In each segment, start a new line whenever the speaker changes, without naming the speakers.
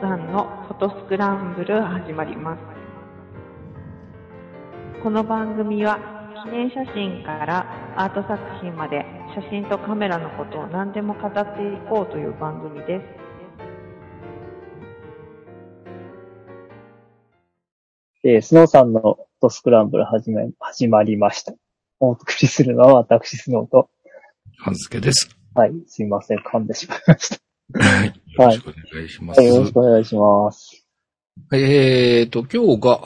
さんのフォトスクランブル始まります。この番組は記念写真からアート作品まで写真とカメラのことを何でも語っていこうという番組です。
えースノーさんのフォトスクランブル始め、始まりました。お送りするのは私、スノーと、
はずけです。
はい、すいません、噛んでしまいま し
はい。よ
は
ろ
い
しくお願いしま
た。
す。
はい、よろしくお願いします。
えーと、今日が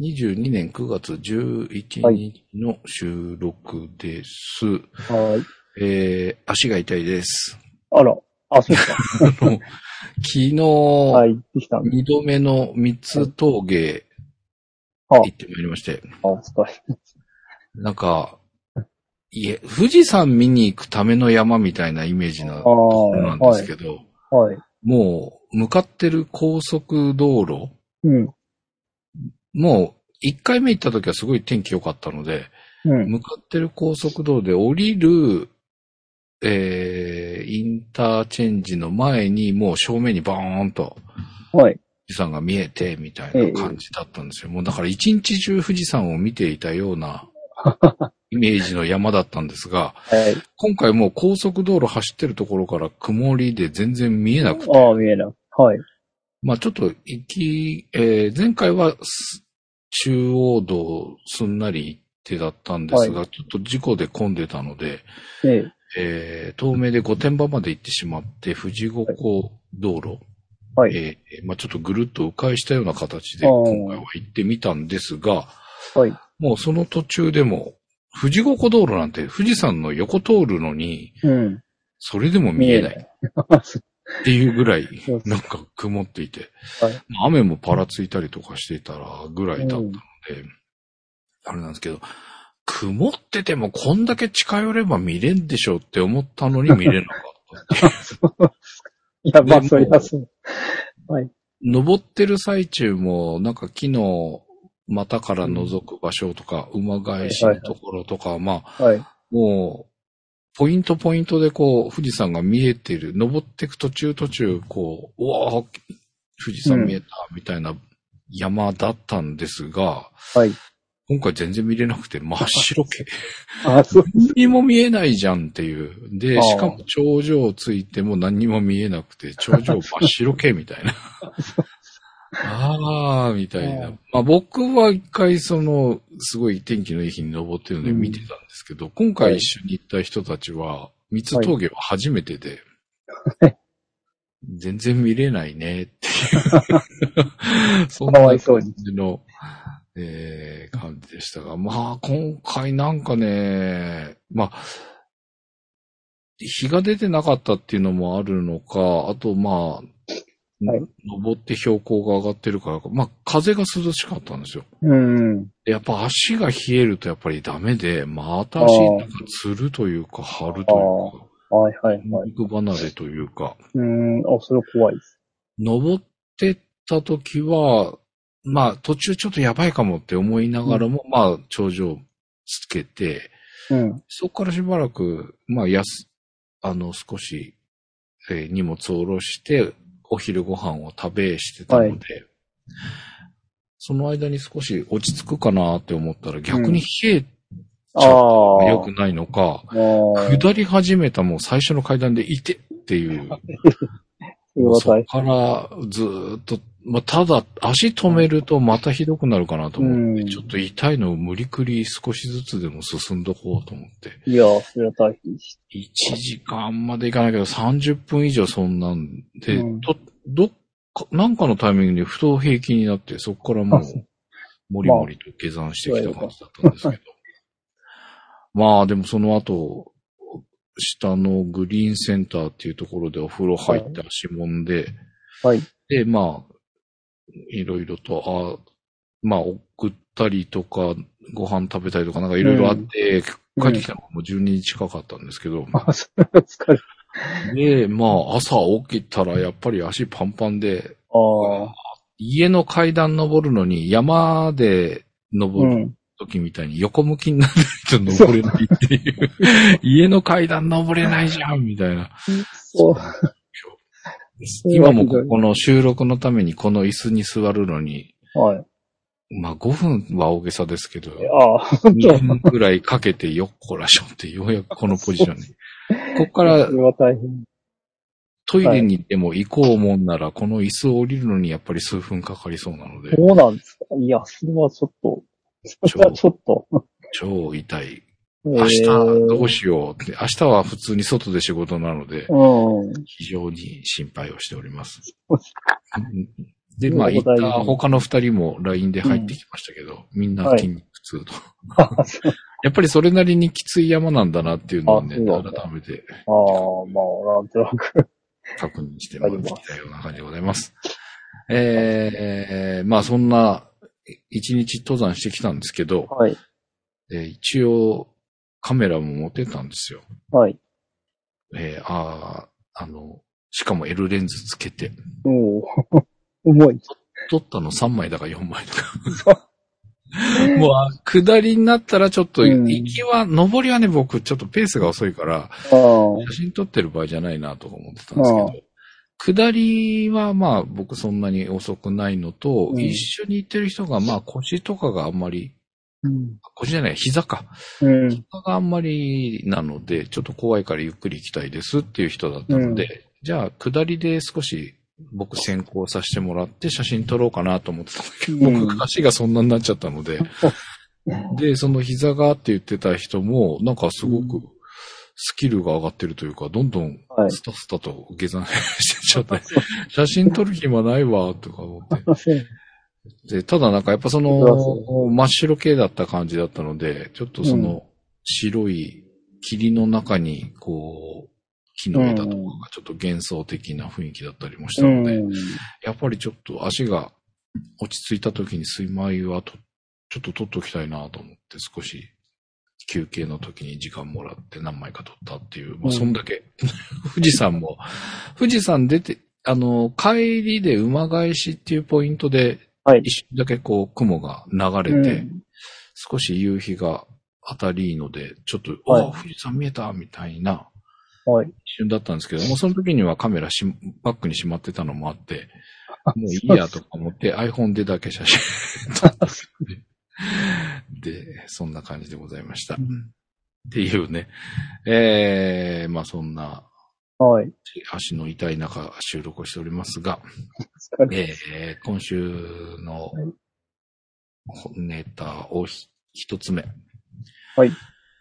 22年9月11日の収録です。
はい。
えー、足が痛いです。
あら、あ、そうか。
あの、昨日、
はい、できたんで
二度目の三つ峠
あ
行ってまいりまして、
あ、お疲れ。
なんか、いえ、富士山見に行くための山みたいなイメージな、
あ
と
あ、
ころなんで
は
す
い、
けど、
はい。
もう、向かってる高速道路、
うん、
もう、一回目行った時はすごい天気良かったので、
うん、
向かってる高速道路で降りる、えー、インターチェンジの前にもう正面にバーンと
はい。
富士山が見えてみたいな感じだったんですよ。もうだから一日中富士山を見ていたよう なイメージの山だったんですが、
はい。
今回もう高速道路走ってるところから曇りで全然見えなくて、
ああ、見えない。はい。
まあちょっと行き、えー前回はす中央道すんなり行ってだったんですが、ちょっと事故で混んでたので、
ええ
えー東名で御殿場まで行ってしまって、富士五湖道路、
はい
えーまあちょっとぐるっと迂回したような形で
あー
今回は行ってみたんですが、
はい。
もうその途中でも、富士五湖道路なんて富士山の横通るのに、
うん。
それでも見えない。
は
っていうぐらい
そう、
なんか曇っていて、
はい
まあ雨もパラついたりとかしていたらぐらいだったので、あれなんですけど、曇っててもこんだけ近寄れば見れんでしょうって思ったのに見れ なかったってい
い
う。
や、まあ、
で
そりゃそう。
登ってる最中も、なんか木の股から覗く場所とか、馬返しのところとか、まあ、
はい。
もう、ポイントポイントでこう、富士山が見えてる、登っていく途中途中、こう、うわあ、富士山見えた、みたいな山だったんですが、
はい。
今回全然見れなくて真っ白け。
あそう。
何にも見えないじゃんっていう。
あ
で、
ー
しかも頂上ついても何にも見えなくて、頂上真っ白けみた いな。ああ、みたいな。まあ僕は一回その、すごい天気のいい日に登ってるので
うん
見てたんですけど、今回一緒に行った人たちは、三つ峠は初めてで、
はい
全然見れないねってい う。そん
かわ
ない
そうに
感じの、えー感じでしたが、まあ今回なんかね、まあ、日が出てなかったっていうのもあるのか、あとまあ、
はい
登って標高が上がってるからか、まあ風が涼しかったんですよ。
うん。
でやっぱ足が冷えるとやっぱりダメで、また足なんかつるというか、張るというか、
はい、はい、はい。
肉離れというか、
うん。あ、それは怖いです。
登ってった時は、まあ途中ちょっとやばいかもって思いながらも、まあ頂上つけて、
うん。
そこからしばらく、まあ、やす、あの、少し、えー荷物を下ろして、お昼ご飯を食べしてたので、
はい
その間に少し落ち着くかなって思ったら、逆に冷え
ああ。
が良くないのか、
もう、
下り始めたもう最初の階段でいてっていう、
要
そこ
塞。
からずーっと、まあ、ただ、足止めるとまたひどくなるかなと思って、
うん
ちょっと痛いのを無理くり少しずつでも進んどこうと思って、
いや、それは大変でし
1時間までいかないけど、30分以上そんなんで、
うん
とどっか、なんかのタイミングで不当平均になって、そこからも、
あそう
もりもりと下山してきた感じだったんですけど。まあ、でもその後、下のグリーンセンターっていうところでお風呂入って足もんで、
た。はい。
で、まあ、いろいろと、あまあ、送ったりとか、ご飯食べたりとか、なんかいろいろあって、
うん
帰ってきたのがもう12時近かったんですけど、
あ、それは疲れた。
で、まあ、朝起きたら、やっぱり足パンパンで、
ああ。
家の階段登るのに、山で
う
登る
ん。
時みたいに横向きにならないと登れないっ ていう。家の階段登れないじゃんみたいな。
そう。
今もここの収録のためにこの椅子に座るのに、
こ。はい。
まあ5分は大げさですけど、
ああ、
2分くらいかけてよっこらしょってようやくこのポジ ションに。ここから
それは大変。
トイレにでも行こうもんなら、この椅子を降りるのにやっぱり数分かかりそうなので、
そうなんですかいや、それはちょっと、それはちょっと。
超痛い。
明
明日どうしようって、明日は普通に外で仕事なので、
うん。
非常に心配をしております
そうで。
で、まあ、
そ
一
うだよね
旦他の二人も LINE で入ってきましたけど、みんな筋肉痛と。
あそう
やっぱりそれなりにきつい山なんだなっていうのをね、
あそうなんだ
改めて
ああ、まあ、なんとなく。
確認してもらってきたような感じでございます。えー、まあそんな、一日登山してきたんですけど、
はい。
えー一応カメラも持ってたんですよ。
はい。
えー、あーあの、しかも L レンズつけて、
おー 重い。
撮ったの3枚だか4枚だか。 もう、あ下りになったらちょっと、
うん
行きは、上りはね、僕ちょっとペースが遅いから、
ああ。
写真撮ってる場合じゃないなとか思ってたんですけど、下りはまあ僕そんなに遅くないのと、
うん
一緒に行ってる人がまあ腰とかがあんまり、
うん。
腰じゃない、膝か。
うん。
膝があんまりなので、ちょっと怖いからゆっくり行きたいですっていう人だったので、
う
じゃあ下りで少し僕先行させてもらって写真撮ろうかなと思ってたんだけど、
うん
僕足がそんなになっちゃった ので、で、その膝がって言ってた人も、なんかすご
う
くスキルが上がってるというか、どんどん
はい。
スタスタと下山してちゃって、写真撮る暇ないわ、とか思っ
そう
て。で、ただなんかやっぱ
そ
そ
う
の、真っ白系だった感じだったので、ちょっとその、白い霧の中に、こう、木の枝とかがちょっと幻想的な雰囲気だったりもした
う
ので、
ん。
やっぱりちょっと足が落ち着いた時に水米はと、ちょっと取っときたいなと思って少し休憩の時に時間もらって何枚か取ったっていう、まあ、
うん
そんだけ。 富士山も、富士山出て、あの、帰りで馬返しっていうポイントで、
はい
一瞬だけこう雲が流れて、少し夕日が当たりいいので、ちょっと、
はい
ああ、富士山見えたみたいな
はい。
一瞬だったんですけども、その時にはカメラし、バッグにしまってたのもあって、もういいやとか思って iPhone でだけ写真撮ったんですよねで、そんな感じでございました。っていうね。えー、まあそんな
はい。
足の痛い中収録をしておりますが、
疲れ
えー、今週のネタをひ一つ目。
はい。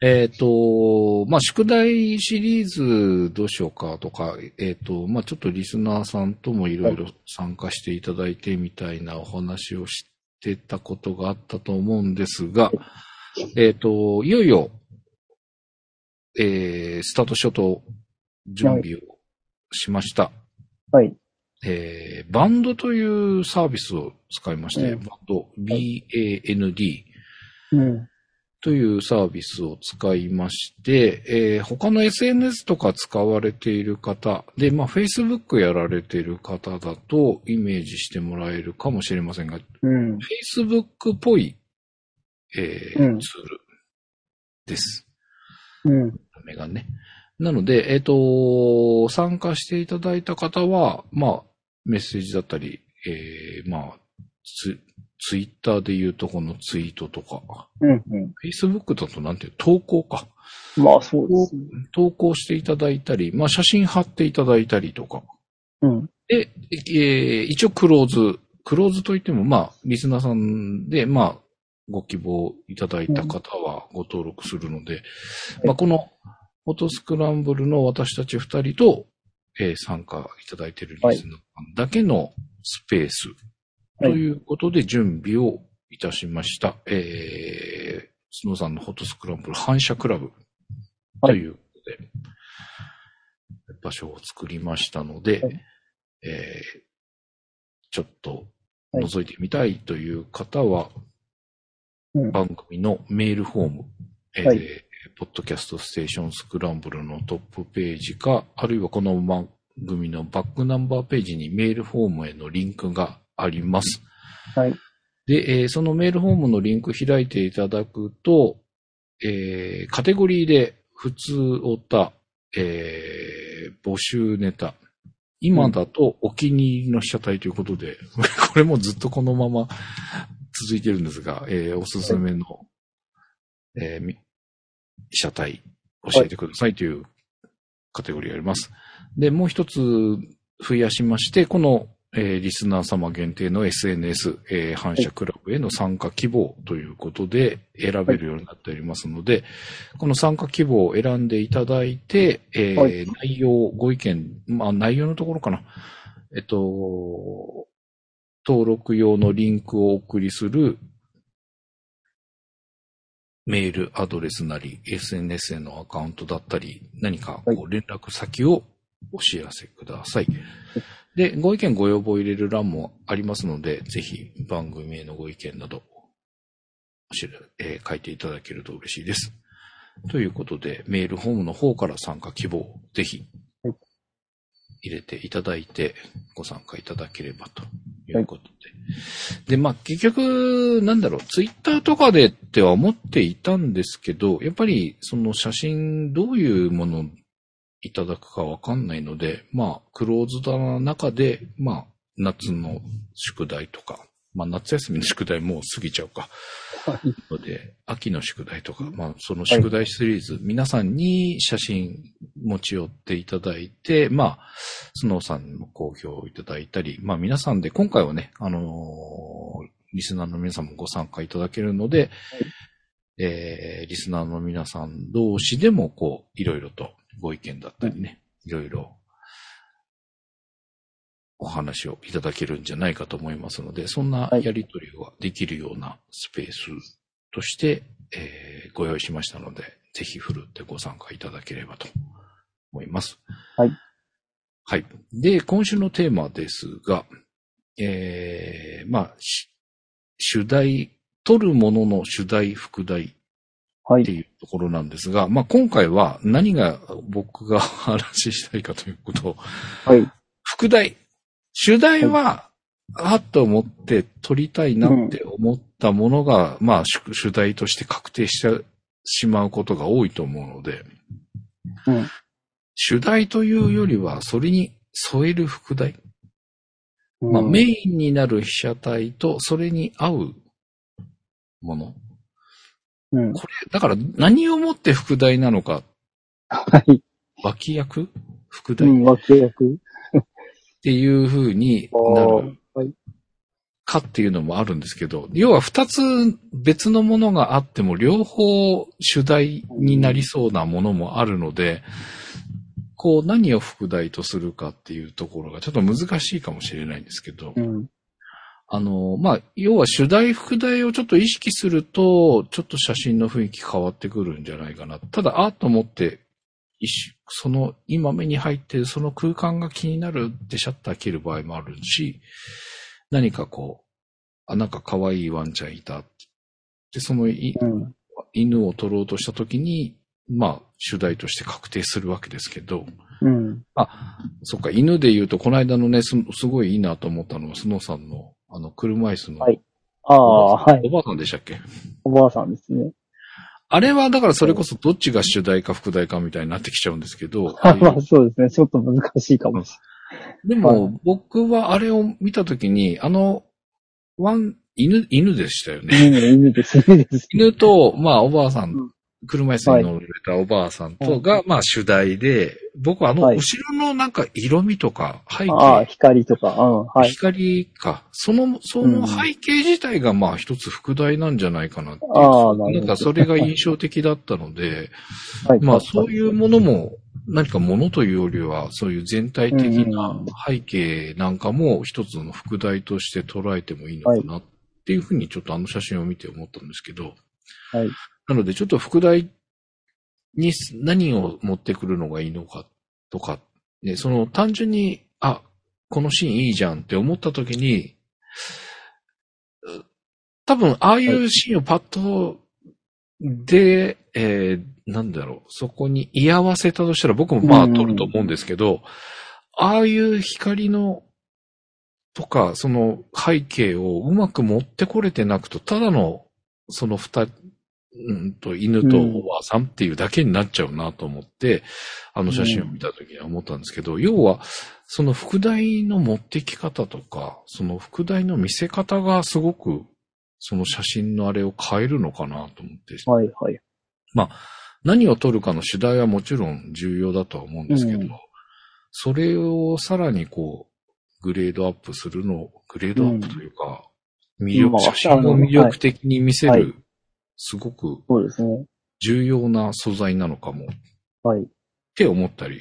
えっ、と、まあ、宿題シリーズどうしようかとか、えっ、と、まあ、ちょっとリスナーさんともいろいろ参加していただいてみたいなお話をしてたことがあったと思うんですが、えっ、と、いよいよ、えー、スタートショット準備をしました。
はい。
えーバンドというサービスを使いまして、
うん
バンド、BAND
うん。
というサービスを使いまして、えー他の SNS とか使われている方で、まあ Facebook やられている方だとイメージしてもらえるかもしれませんが、
うん。
Facebook っぽい、えー
うん
ツールです。
うん。
メガね。なので、えっ、と、参加していただいた方は、まあ、メッセージだったり、えーまあ、ツツイッターで言うとこのツイートとか、
うん。う
フェイスブックだとなんていう投稿か。
ん。まあ、そうですね。
投稿していただいたり、まあ、写真貼っていただいたりとか。
うん。
で、えー一応クローズ。クローズといっても、まあ、リスナーさんで、まあ、ご希望いただいた方はご登録するので、
うん
まあ、この、フォトスクランブルの私たち二人と、えー参加いただいているリスナーさんだけのスペース、
はい
ということで準備をいたしました。えー、スノーさんのフォトスクランブル反射クラブ
は
と
い
いうことで、場所を作りましたので、
はい
えーちょっと
はい
覗いてみたいという方は、
うん
番組のメールフォーム、えー
はい
ポッドキャストステーションスクランブルのトップページか、あるいはこの番組のバックナンバーページにメールフォームへのリンクがあります。
はい。
で、えーそのメールフォームのリンク開いていただくと、えーカテゴリーで普通おた、えー募集ネタ、今だとお気に入りの被写体ということで、 これもずっとこのまま続いてるんですが、えーおすすめの、えーみ被写体教えてくださいというカテゴリーがあります。で、もう一つ増やしまして、この、えーリスナー様限定の SNS、えー反射クラブへの参加希望ということで選べるようになっておりますので、この参加希望を選んでいただいて、えー
はい
内容、ご意見、まあ内容のところかな。えっと、登録用のリンクをお送りするメールアドレスなり、SNS へのアカウントだったり、何かこう連絡先をお知らせください。で、ご意見ご要望を入れる欄もありますので、ぜひ番組へのご意見など、お知らえー書いていただけると嬉しいです。ということで、メールホームの方から参加希望をぜひ
はい
入れていただいて、ご参加いただければということで。で、まあ、結局、なんだろう、ツイッターとかでっては思っていたんですけど、やっぱり、その写真、どういうものをいただくかわかんないので、まあ、クローズドな中で、まあ、夏の宿題とか、まあ、夏休みの宿題もう過ぎちゃうか。
はい。
ので、秋の宿題とか、まあ、その宿題シリーズ、皆さんに写真持ち寄っていただいて、まあ、スノーさんにも好評いただいたり、まあ、皆さんで、今回はね、あのーリスナーの皆さんもご参加いただけるので、えーリスナーの皆さん同士でも、こう、いろいろとご意見だったりね、いろいろお話をいただけるんじゃないかと思いますので、そんな
はい
やりとりができるようなスペースとして、えーご用意しましたので、ぜひ振るってご参加いただければと思います。
はい。
はい。で、今週のテーマですが、えー、まあ、し主題、取るものの主題、副題
は
って
い。
いうところなんですが、まあ今回は何が僕が 話ししたいかということを、
はい。
副題。主題は、あっと思って取りたいなって思ったものが、まあ主主題として確定してしまうことが多いと思うので、
うん
主題というよりは、それに添える副題。まあ、
うん
メインになる被写体と、それに合うもの。
うん。
これ、だから何をもって副題なのか、
はい。
脇役副
う
題っ
ん、脇役。
ていう風になる
はい。
かっていうのもあるんですけど、要は二つ別のものがあっても両方主題になりそうなものもあるので、こう何を副題とするかっていうところがちょっと難しいかもしれないんですけど
う、ん。
あの、まあ、要は主題副題をちょっと意識すると、ちょっと写真の雰囲気変わってくるんじゃないかな。ただ、あーと思って、一瞬その、今目に入ってるその空間が気になるってシャッター切る場合もあるし、何かこう、あ、なんか可愛いワンちゃんいた。で、そのい
うん。
犬を撮ろうとした時に、まあ、主題として確定するわけですけど、
うん。
あ、そっか、犬で言うと、この間のね、すすごいいいなと思ったのは、スノーさんの、あの、車椅子の、
はいああ、はい。
おばあさんでしたっけ
おばあさんですね。
あれは、だからそれこそどっちが主題か副題かみたいになってきちゃうんですけど、ああい
まあ
う
そうですね。ちょっと難しいかもし
でも、僕はあれを見たときに、あの、ワン、犬、犬でしたよ
れ
ね。
ない。犬、犬です、犬です。
犬と、まあ、おばあさん
うん、
車椅子に乗られたおばあさんとが、まあ、主題で、僕はあの、
はい
後ろのなんか色味とか背景
ああ、光とか、うん、はい。
光か。その、その背景自体がまあ一つ副題なんじゃないかなっていう。
ああ、な
な
る
ん
ほ
か
ど。
それが印象的だったので、
はい
まあそういうものも、何かものというよりは、そういう全体的な背景なんかも一つの副題として捉えてもいいのかなっていうふうにちょっとあの写真を見て思ったんですけど、
はい
なのでちょっと副題に何を持ってくるのがいいのかとか、ね、その単純に、あ、このシーンいいじゃんって思った時に、う多分ああいうシーンをパッとで、えーなんだろう、そこに居合わせたとしたら僕もまあ
うん
撮ると思うんですけど、ああいう光のとか、その背景をうまく持ってこれてなくと、ただのその二うんと、犬とおばあさんっていうだけになっちゃうなと思って、あの写真を見た時には思ったんですけど、要は、その副題の持ってき方とか、その副題の見せ方がすごく、その写真のあれを変えるのかなと思って、
はいはい。
何を撮るかの主題はもちろん重要だとは思うんですけど、
うん
それをさらにこう、グレードアップするの、グレードアップというか、魅
まあ
力、写真を魅力的に見せる、
はいは
すごく
そうですね。
重要な素材なのかもっ
はい。
て思ったり、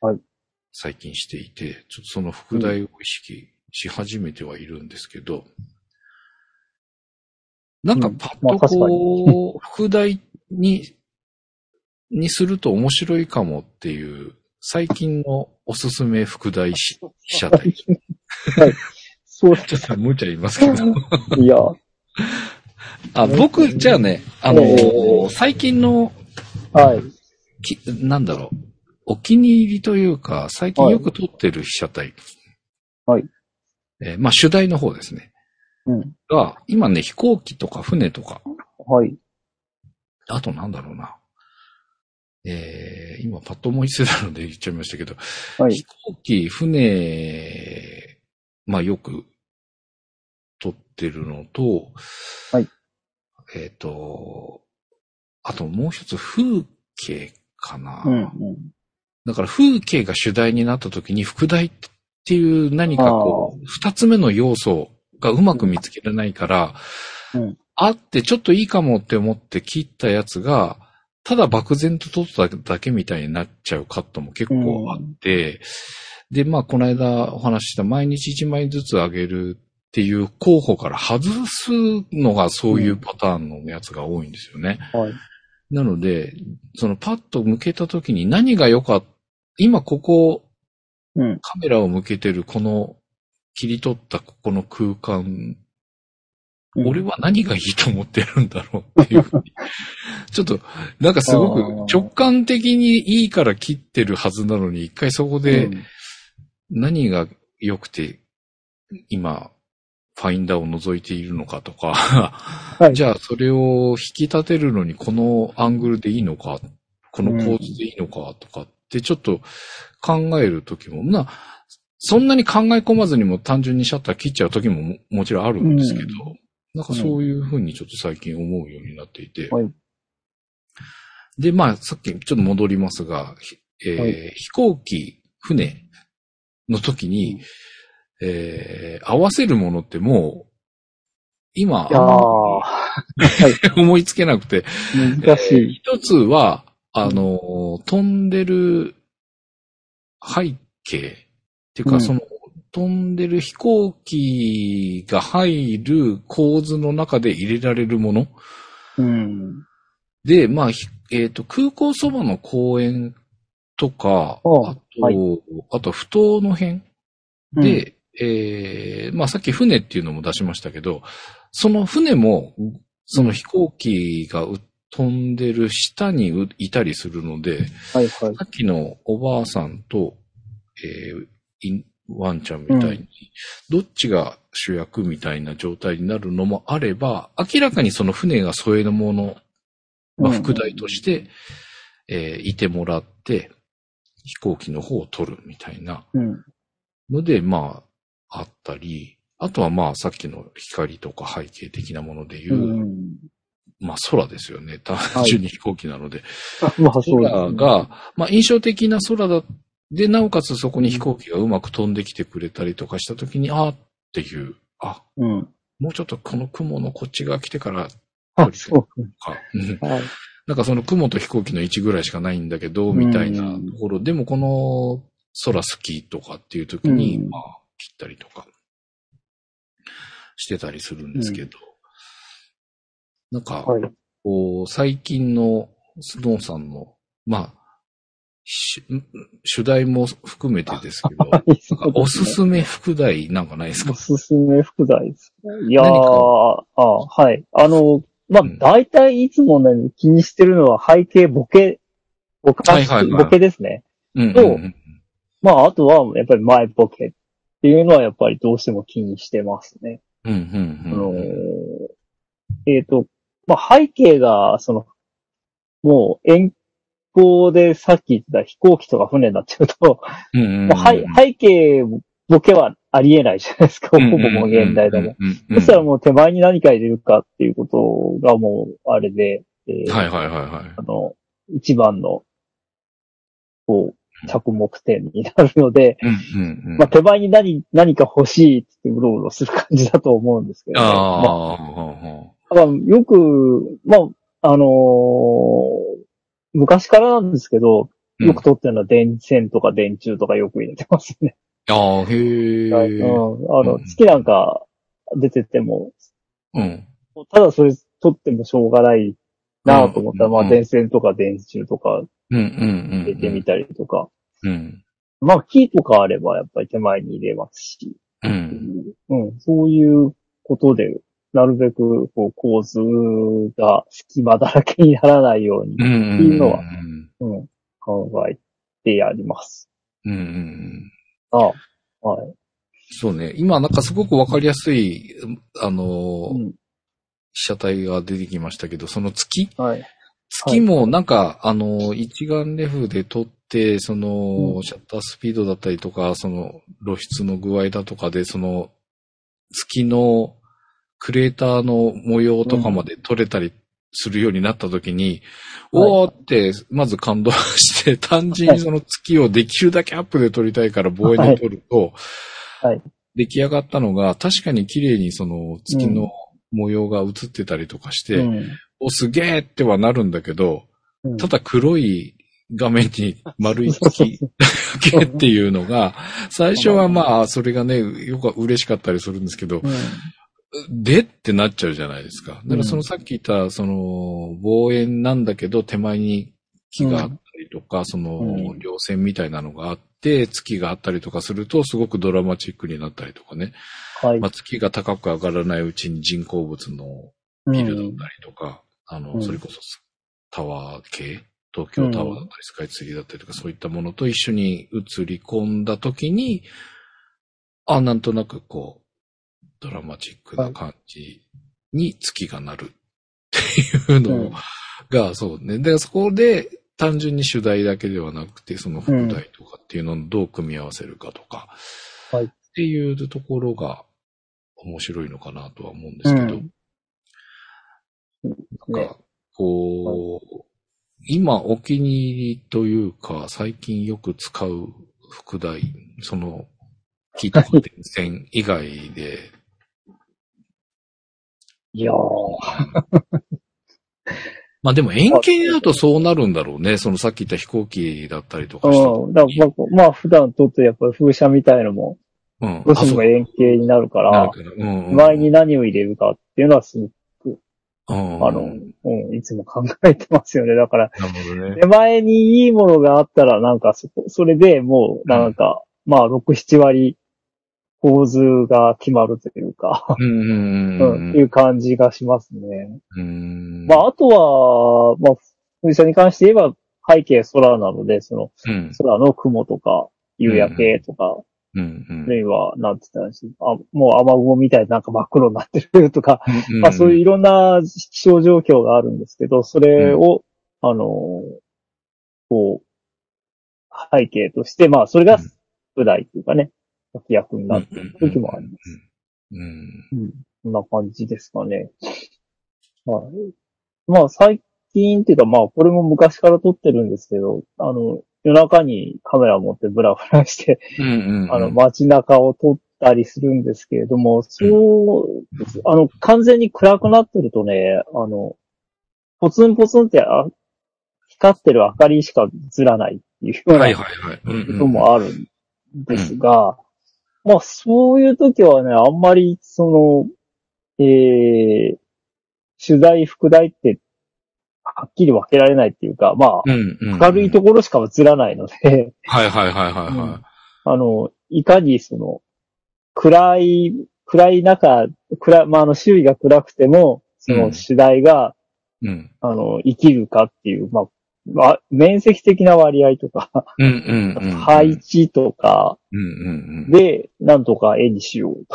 はい
最近していて、ちょっとその副題を意識し始めてはいるんですけど、なんかパ
ま
ッ
あ
と
確かに
こう、副題 に、にすると面白いかもっていう、最近のおすすめ副題し被 写体。ち
そう、
ょっと無茶言います けど。
いや、
あ、僕、じゃあね、あの
ええ
最近の
はい。
き、なんだろう、お気に入りというか、最近よく撮ってる被写体。
はい。
えーまあ、主題の方ですね。
うん。
が、今ね、飛行機とか船とか、
はい。
あとなんだろうな。えー、今パッと思いついたので言っちゃいましたけど、
はい
飛。行機、船、まあよく撮ってるのと、
はい。
えっ、と、あともう一つ風景かな。
うん。うん
だから風景が主題になった時に副題っていう何かこう、二つ目の要素がうまく見つけられないから、
うん
あってちょっといいかもって思って切ったやつが、ただ漠然と撮っただけみたいになっちゃうカットも結構あって、で、まあこの間お話しした毎日一枚ずつ上げるっていう候補から外すのがそういうパターンのやつが多いんですよね。
はい。
なので、そのパッと向けた時に何が良かった、今ここ
うん。
カメラを向けてるこの切り取ったここの空間、
うん
俺は何がいいと思ってるんだろうっていうふ うに。ちょっと、なんかすごく
あー
直感的にいいから切ってるはずなのに、一回そこで何が良くて、今、ファインダーを覗いているのかとか、
はい。
じゃあ、それを引き立てるのに、このアングルでいいのか、この構図でいいのか、とかって、ちょっと考えるときも、な、そんなに考え込まずにも単純にシャッター切っちゃうときもももちろんあるんですけど、
う
なんかそういうふうにちょっと最近思うようになっていて、
はい
で、まあ、さっきちょっと戻りますが、ひえー
はい
飛行機、船の時に、えー合わせるものってもう、今、
いやー、
あんま り思いつけなくて、
難しい。
一つは、あの、飛んでる背景っていうか、
うん
その、飛んでる飛行機が入る構図の中で入れられるもの
うん。
で、まあ、ひえっ、と、空港そばの公園とか、
あ
あと、
はい
あと、不当の辺で、えーまあさっき船っていうのも出しましたけど、その船も、その飛行機がう飛んでる下にういたりするので、
はいはい。
さっきのおばあさんと、えーいワンちゃんみたいに、どっちが主役みたいな状態になるのもあれば、明らかにその船が添えのもの、まあ、副題として、えーいてもらって、飛行機の方を撮るみたいな。
うん。うん。
ので、まあ、あったり、あとはまあ、さっきの光とか背景的なものでいうう、
ん。
まあ、空ですよね。単純に飛行機なので。
あまあそうです
空
ね。
が、まあ、印象的な空だ。で、なおかつそこに飛行機がうまく飛んできてくれたりとかしたときに、あーっていう、あ、
うん。
もうちょっとこの雲のこっち側来てから
あ、そう。
か、うん
はい。
なんかその雲と飛行機の位置ぐらいしかないんだけど、みたいなところ、でもこの空好きとかっていう時に、
うん
まあ、切ったりとか、してたりするんですけど、なんか、
はい。
こう、最近のスノーさんの、まあ、しん主題も含めてですけど、なんか
はい そうですね
おすすめ副題なんかないで すか
おすすめ副題ですね。いやー、
何か
あはい。あの、まあ
うん、
大体いつものように気にしてるのは背景、ボケ、ぼかし
はいはいはい
ボケですね。
うんうん
そう
うん
まあ、あとは、やっぱり前ボケっていうのは、やっぱりどうしても気にしてますね。
うんうん
あの
うん
ーえっ、と、まあ背景が、その、もう遠方でさっき言った飛行機とか船になっちゃうと、
うんうんうん。
もう背背景ボケはありえないじゃないですか。ほぼもう現代だもん。
うんうんうんうん。
そしたらもう手前に何か入れるかっていうことがもうあれで、えー
はいはいはいはい。
あの、一番の、こう、着目点になるので、
うんうんうん。
まあ手前に何、何か欲しいって言ってうろうろする感じだと思うんですけど、ね。
あ
まあ
あ、
だからよく、まあ、あのー昔からなんですけど、
うん
よく撮ってるのは電線とか電柱とかよく入れてますね。
ああ、へえ。
はいうん、あ
う
の、
ん
月なんか出てても、
うん。
ただそれ撮ってもしょうがないなぁと思ったら、
うん
ま
う
あ
ん
電線とか電柱とか
うんうんうん。
入れてみたりとか、
うん。
まあ木とかあればやっぱり手前に入れますし、
うん。
うん、そういうことで、なるべくこう構図が隙間だらけにならないように
うん。うん。
っていうのは
うん
うん、考えてやります。
うんうん。
ああはい。
そうね。今なんかすごくわかりやすい、あのー、
うん
被写体が出てきましたけど、その月
はい。
月もなんか、あの、一眼レフで撮って、その、
うん
シャッタースピードだったりとか、その、露出の具合だとかで、その、月のクレーターの模様とかまで撮れたりするようになった時に、
うんはい
おーって、まず感動して、 単純にその月をできるだけアップで撮りたいから望遠で撮ると、
はいはい
出来上がったのが、確かに綺麗にその月
うん
の模様が映ってたりとかして、
うん
お、すげえってはなるんだけど、
うん
ただ黒い画面に 丸い月だけっていうのが、最初はまあ、それがね、よく嬉しかったりするんですけど
う、ん
でってなっちゃうじゃないですか。だか
うん
らそのさっき言った、その、望遠なんだけど、手前に木があったりとか、そうの、
ん
稜線みたいなのがあって、月があったりとかすると、すごくドラマチックになったりとかね。
はい。
まあ、月が高く上がらないうちに人工物のビルだったりとか、あ
う
の、
ん
それこそタワー系、東京タワーだったり、スカイツリーだったりとか、そういったものと一緒に映り込んだときに、あ、なんとなくこう、ドラマチックな感じに月がなるっていう
うん
のが、そうね。で、そこで単純に主題だけではなくて、その副題とかっていうのをどう組み合わせるかとか、
はい
っていうところが面白いのかなとは思うんですけど、
うん
なんか、こう、今お気に入りというか、最近よく使う副題、その、木とか点線以外 で、
いやー
まあでも円形だとそうなるんだろうね。そのさっき言った飛行機だったりとかした時に。
うん。だからまあ、まあ、普段撮ってやっぱり風車みたいのも、
うん。
どうしても円形になるか
あ
ら、
そうなるからうんうん
前に何を入れるかっていうのはすご
うん
く、あの、うん、いつも考えてますよね。だから、
なるほどね。
手前にいいものがあったら、なんかそこ、それでもう、なんか、まあ、6、7割構図が決まるというか、
うんう
うん、
うんん
っていう感じがしますね。
うん。
まあ、あとは、まあ、風車に関して言えば、背景空なので、その、
うん、
空の雲とか、夕焼けとか、
うんうん
あるいは、なんて言ったらしい、あもう雨雲みたいななんか真っ黒になってるとか、
うんうん
まあそういういろんな気象状況があるんですけど、それを、あの、こう、背景として、まあそれが
うん
舞台というかね、脇役になってる時もあります。
うんうん
こんな感じですかね。はい。まあ最近っていうかまあこれも昔から撮ってるんですけど、あの、夜中にカメラ持ってブラブラして、
うんうんうん。
あの、街中を撮ったりするんですけれども、そうです、あの、完全に暗くなってるとね、あの、ポツンポツンってあ光ってる明かりしか映らないっていうような
はい
こ
はいはい。うんうん
ともあるんですが、まあ、そういう時はね、あんまり、その、えー、取材、副題って、はっきり分けられないっていうか、まあ、
うんうんうん
明るいところしか映らないので、
はいはいはいはいはい。
あの、いかにその、暗い、暗い中、暗い、まあ、あの、周囲が暗くても、そ
うん
の主題が、
うん。
あの、生きるかっていう、まあ、わ面積的な割合とか、
うんうんうん。
配。置とか
うんうんうん。
で、なんとか絵にしよう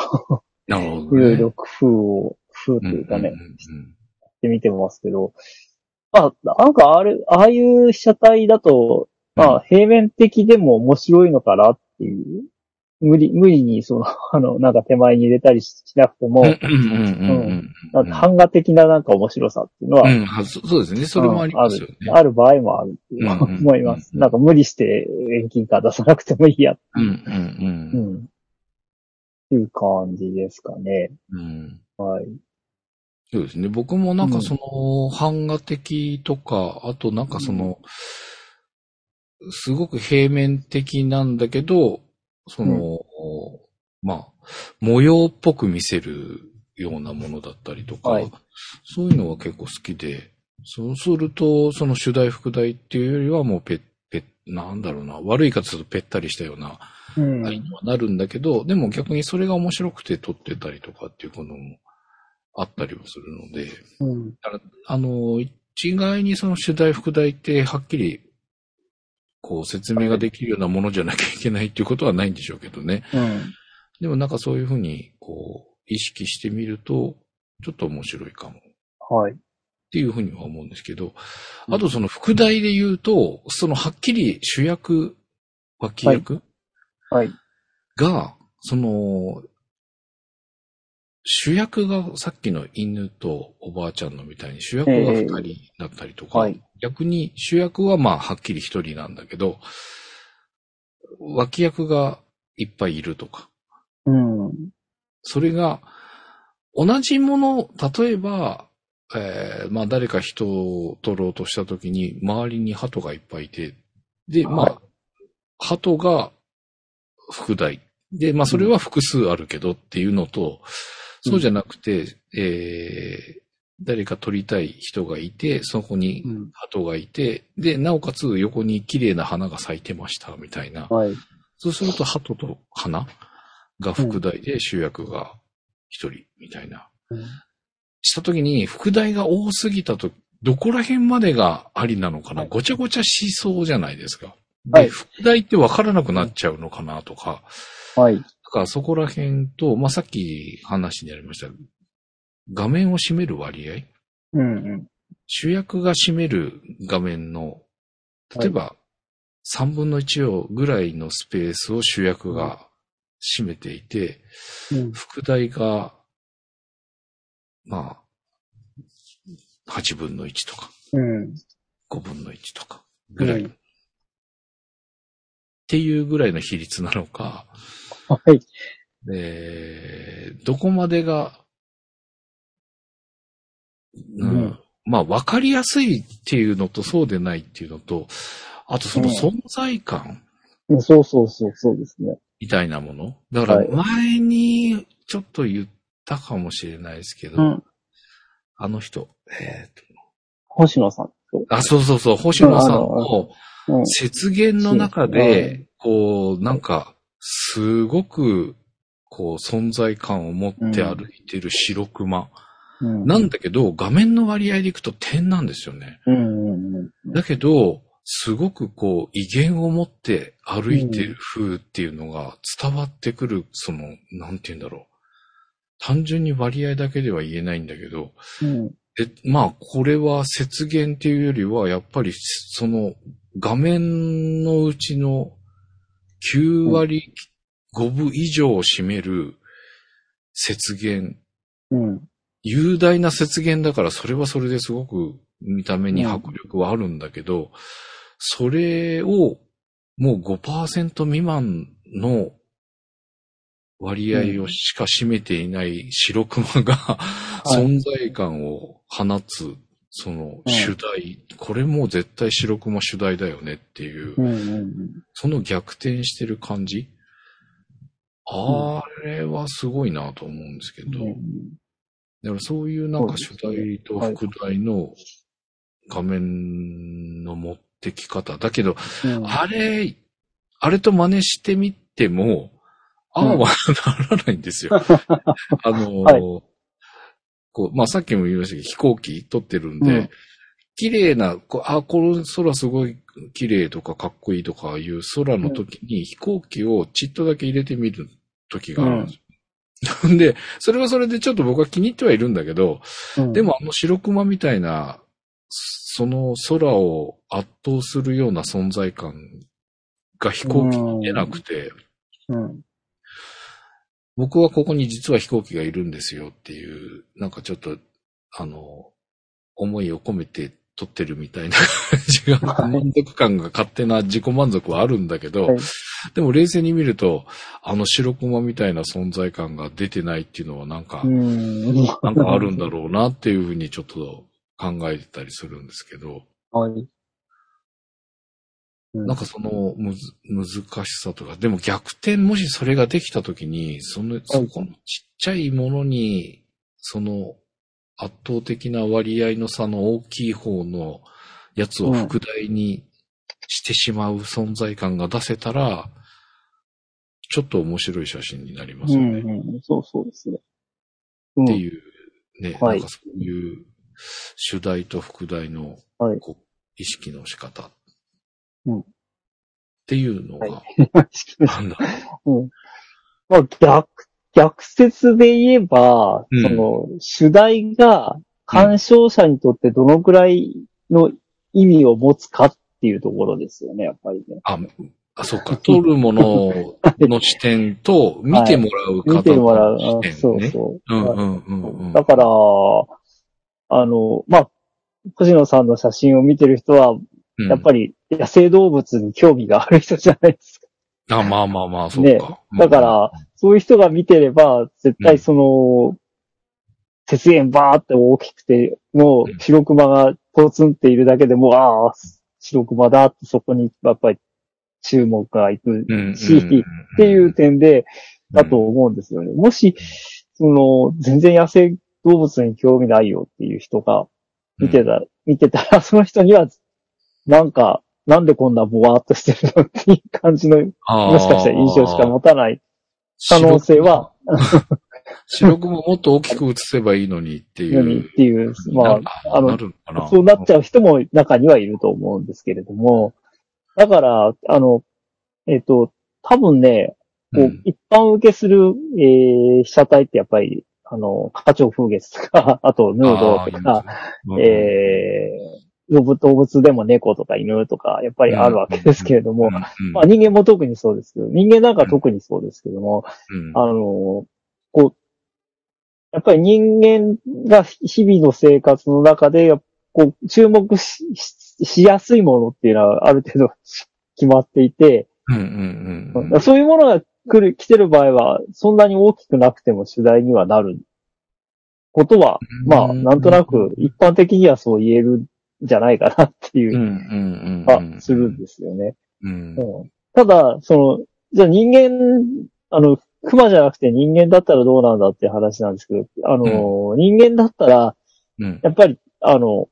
なるほ
と
どね。
いうような工夫を、工夫というかね、
うんうんうん
しって見てますけど、まあ、なんかあれ、ああいう被写体だと、まあ、平面的でも面白いのかなっていう。無理、無理に、その、 あの、なんか手前に入れたりしなくても、
うんうんう
なん
ん
か版画的ななんか面白さっていうのは、
うん。うんあそそうですね。それもありますよね。
ある場合もあるっていう
うんうんうん
思います。なんか無理して遠近感出さなくてもいいや。
うん
う
うん
ん。っていう感じですかね。
うん。うん
はい。
そうですね。僕もなんかその、版画的とか、あとなんかその、すごく平面的なんだけど、その、まあ、模様っぽく見せるようなものだったりとか、
はい
そういうのは結構好きで、そうすると、その主題副題っていうよりはもうペッ、ペッ、なんだろうな、悪い言い方するとぺったりしたような、
うん
ありにはなるんだけど、でも逆にそれが面白くて撮ってたりとかっていうこともあったりもするので、
うん。
あの、一概にその主題、副題ってはっきり、こう説明ができるようなものじゃなきゃいけないっていうことはないんでしょうけどね。
うん。
でもなんかそういうふうに、こう、意識してみると、ちょっと面白いかもっ
はい。
ていうふうには思うんですけど、
うん
あとその副題で言うと、そのはっきり主役、脇役、
はい。
が、その、主役がさっきの犬とおばあちゃんのみたいに主役が二人だったりとか、
ええはい
逆に主役はまあはっきり一人なんだけど、脇役がいっぱいいるとか、
うん。
それが同じもの、例えば、えーまあ誰か人を取ろうとした時に周りに鳩がいっぱいいて、で、まあ、
はい
鳩が副題。で、まあそれは複数あるけどっていうのと、
うん
そうじゃなくて、えー誰か取りたい人がいて、そこに
うん
鳩がいて、で、なおかつ横に綺麗な花が咲いてましたみたいな。
はい。
そうすると、鳩と花が副題で主役が一人みたいな。
うん
したときに、副題が多すぎたと、どこら辺までがありなのかな、
はい
ごちゃごちゃしそうじゃないですか。で、
はい
副題ってわからなくなっちゃうのかなとか、
はい。
だからそこら辺と、まあ、さっき話にありました、画面を占める割合
うん。うん
主役が占める画面の、例えば、3分の1をぐらいのスペースを主役が占めていて、
うん。
副題が、まあ、8分の1とか、
うん。
5分の1とか、ぐらい。っていうぐらいの比率なのか、
はい。
えーどこまでが、うん
うん
まあ、わかりやすいっていうのと、そうでないっていうのと、あとその
うん
存在感
そうそうそう、そうですね。
みたいなもの。だから、
はい
前にちょっと言ったかもしれないですけど、
うん。
あの人、えー
星野さんと。
とあ、そうそうそう、星野さんの
うん。
雪原の中で、こう、なんか、すごく、こう、存在感を持って歩いてる白熊。
うん。
なんだけど、画面の割合でいくと点なんですよね。
うん。うんうん。
だけど、すごくこう、威厳を持って歩いてる風っていうのが伝わってくる、その、なんて言うんだろう。単純に割合だけでは言えないんだけど、
うん。
え、まあ、これは雪原っていうよりは、やっぱり、その、画面のうちの9割5分以上を占める雪原
うん。
雄大な雪原だから、それはそれですごく見た目に迫力はあるんだけど、それをもう5%未満の割合をしか占めていない白熊が、
い
存在感を放つ、その主題、これもう絶対白熊主題だよねっていう、
うん。うん。
その逆転してる感じ。あれはすごいなと思うんですけど、だからそういうなんか主題と副題の画面の持ってき方。だけど、
うん。
あれ、あれと真似してみても、ああ
うん
はならないんですよ。 あのー
はい
こう、まあ、さっきも言いましたけど、飛行機撮ってるんで、
うん
綺麗な、こうあ、この空すごい綺麗とかかっこいいとかいう空の時に飛行機をちっとだけ入れてみる時があるんですよ。ん で、それはそれでちょっと僕は気に入ってはいるんだけど、
うん
で、もあの白熊みたいな、その空を圧倒するような存在感が飛行機に出なくて、
うん。
僕はここに実は飛行機がいるんですよっていう、なんかちょっと、あの、思いを込めて撮ってるみたいな感じが、
はい
満足感が勝手な自己満足はあるんだけど、
はい
でも冷静に見ると、あの白駒みたいな存在感が出てないっていうのはなんか、
うん。
なんかあるんだろうなっていうふうにちょっと考えてたりするんですけど、
はい。な
なんかそのむず難しさとか、でも逆転、もしそれができたときに、その、そこのちっちゃいものに、その圧倒的な割合の差の大きい方のやつを副題にしてしまう存在感が出せたら、ちょっと面白い写真になります
う
よ
ん、
ね。
うん、そうそうですね。
って
う
いう、ね、
はい
なんかそういう主題と副題の、
はい
こう意識の仕方。
うん
っていうのが、
はん。
なんだ
まあ、逆、逆説で言えば、
うん
その、主題が鑑賞者にとってどのくらいの意味を持つかっていうところですよね、やっぱりね。
あ、あ、そうか。撮るものの視点と、見てもらう
見
方
てもらう、
の
あ
視点、ね。
そうそうう。
んうんうんうん。
だから、あの、まあ、星野さんの写真を見てる人は、
うん
やっぱり野生動物に興味がある人じゃないですか。
あ、まあまあまあ、そう
ね
か。
だから、そういう人が見てれば、絶対その、節縁バーって大きくて、も
うん
う白熊がポツンっているだけでもう、ああ、白熊だってそこにやっぱり注目がいく
うん、うんうん
し、っていう、点で、
うん
だと思うんですよね。もし、その、全然野生動物に興味ないよっていう人が見てた、見てたら、その人には、なんか、なんでこんなぼわーっとしてるのっていう感じの、も
も
しかしたら印象しか
ない
持たない可能性は。
白くももっと大きく映せばいいのにってい
のにっ
う。
ていう、まあ、あ
な
の、
るのかな
そうなっちゃう人も中にはいると思うんですけれども、だから、あの、えっ、と、多分ね、こ
う
うん一般受けする、えー被写体ってやっぱり、あの、花鳥風月とか、 あと、ヌードとか、
うん
えー動物動物でも猫とか犬とか、やっぱりあるわけですけれども、
うん
まあ人間も特にそうですけど、人間なんか特にそうですけども、
うん
あの、こう、やっぱり人間が日々の生活の中で、こう、注目しししやすいものっていうのはある程度決まっていて、
うんうんうんうん
そういうものが来る、来てる場合は、そんなに大きくなくても主題にはなることは、まあ、なんとなく一般的にはそう言えるんじゃないかなっていううん
うん
気
う
は
んうん。
するんですよね。
うん。
うんただ、その、じゃあ人間、あの、熊じゃなくて人間だったらどうなんだっていう話なんですけど、あの、人間だったら、
うん。
やっぱり、あの、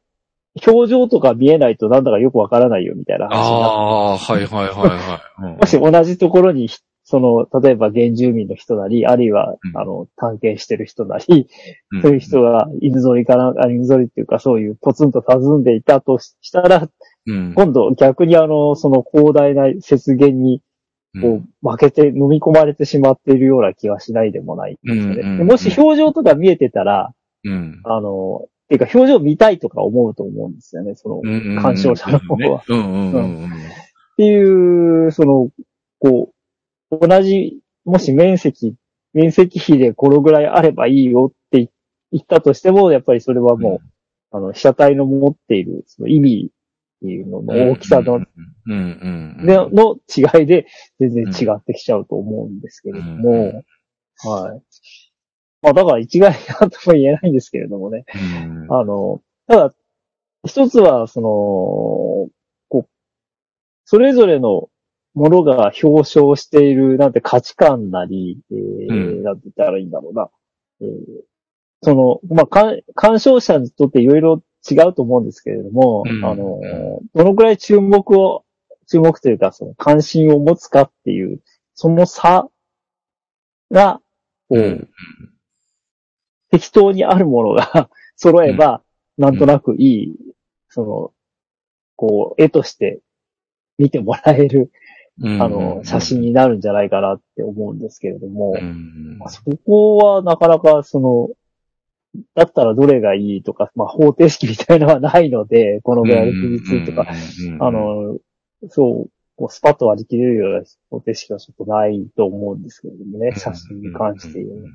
表情とか見えないとなんだかよくわからないよみたいな
あ
話になっ
あ、はいはいはいはい。
てもし同じところに、その、例えば原住民の人なり、あるいは
う、ん
あの、探検してる人なり、
うん、
そういう人が犬ぞりかな、あ犬ぞりっていうかそういうポツンと佇んでいたとししたら、
うん、
今度逆にあの、その広大な雪原にこう、負けて飲み込まれてしまっているような気はしないでもないんですよね、
うんうんうん
でもし表情とか見えてたら、
うん、
あの、っていうか表情見たいとか思うと思うんですよね、その、っ
うん。
鑑賞者の方は。
うんうんうん
ていう、その、こう、同じ、もし面積、面積比でこのぐらいあればいいよって言ったとしても、やっぱりそれは
うん。
もう、あの、被写体の持っている、その意味っていうのの大きさの、
うんうんうんうん。
での違いで全然違ってきちゃうと思うんですけれども、
うん
はい。まあだから一概になんとも言えないんですけれどもね。
うん
あの、ただ、一つは、その、こう、それぞれのものが表彰している、なんて価値観なり、えー
うん
なんて言ったらいいんだろうな。えーその、まあ、鑑鑑賞者にとっていろいろ違うと思うんですけれども、
うん
あの、どのくらい注目を、注目というか、その関心を持つかっていう、その差が、こう、
うん
適当にあるものが揃えば、なんとなくいい、その、こう、絵として見てもらえる
うん
あの、写真になるんじゃないかなって思うんですけれども、
うん
まあ、そこはなかなかその、だったらどれがいいとか、まあ方程式みたいのはないので、このぐらいの比率とか、、あ、の、そう、こうスパッと割り切れるような方程式はちょっとないと思うんですけれどもね、写真に関して言う
う
ね。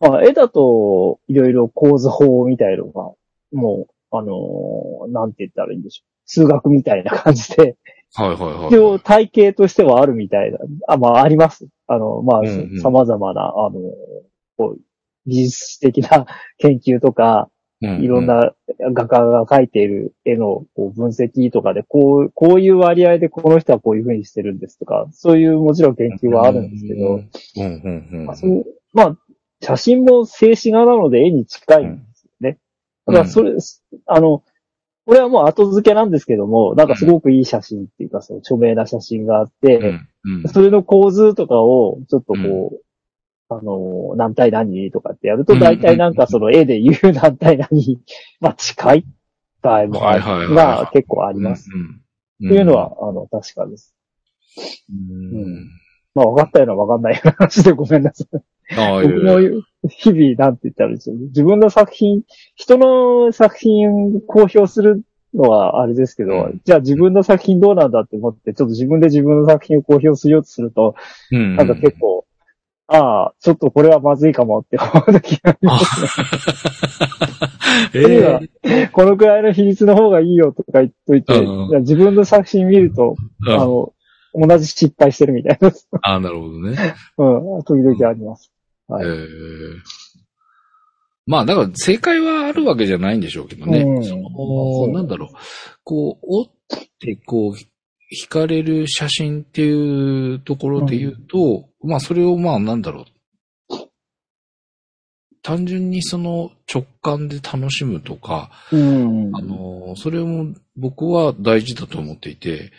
まあ、絵だと、いろいろ構図法みたいのが、もう、あのーなんて言ったらいいんでしょう。数学みたいな感じで、
はいはいはい。
一応体系としてはあるみたいな、あ、まあ、あります。あの、まあ、
うんうん
様々な、あの、こう、技術的な研究とか、いろんな画家が描いている絵のこう分析とかで、こう、こういう割合でこの人はこういうふうにしてるんですとか、そういうもちろん研究はあるんですけど、
うんうんうん。
まあ、そう、まあ、写真も静止画なので絵に近いんですよね。
うん
だから、それ、あの、これはもう後付けなんですけども、なんかすごくいい写真っていうか、その著名な写真があって、
うんうん
それの構図とかを、ちょっとこう、あの、何対何とかってやると、大体なんかその絵で言う何対何、 まあ近い場合もある
はいはいはいはい
が結構あります。
うん
というのは、、あの、確かです。
うんうん
まあ分かったような分かんないような話でごめんなさい。
ああい
僕
う
も日々なんて言ったらいいんでしょう。自分の作品、人の作品公表するのはあれですけど、
うん
じゃあ自分の作品どうなんだって思って、ちょっと自分で自分の作品を公表しようとすると、
うん
なんか結構、ああ、ちょっとこれはまずいかもって 思う時がありますね。
え
それは
え
このくらいの比率の方がいいよとか言っといて、
うん
いや自分の作品見ると、
う
あ
ん
の、同じ失敗してるみたいな、
ああ、なるほどね。
うん、時々あります。はい
えーまあ、だから正解はあるわけじゃないんでしょうけどね。
うん
その
そう
なんだろう。こう、折って、こう、惹かれる写真っていうところで言うと、まあ、それをまあ、なんだろう。単純にその直感で楽しむとか、
うん。
あの、それも僕は大事だと思っていて、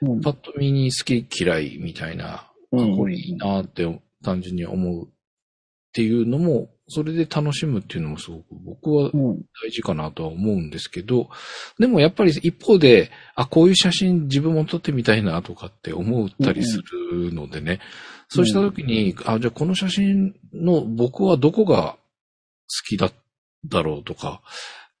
うん
パッと見に好き嫌いみたいな
う
あ
ん
これいいなって単純に思うっていうのも、それで楽しむっていうのもすごく僕は
うん
大事かなとは思うんですけど、でもやっぱり一方で、あ、こういう写真自分も撮ってみたいなとかって思ったりするのでね、そうした時に、あ、じゃあこの写真の僕はどこが好きだだろうとか、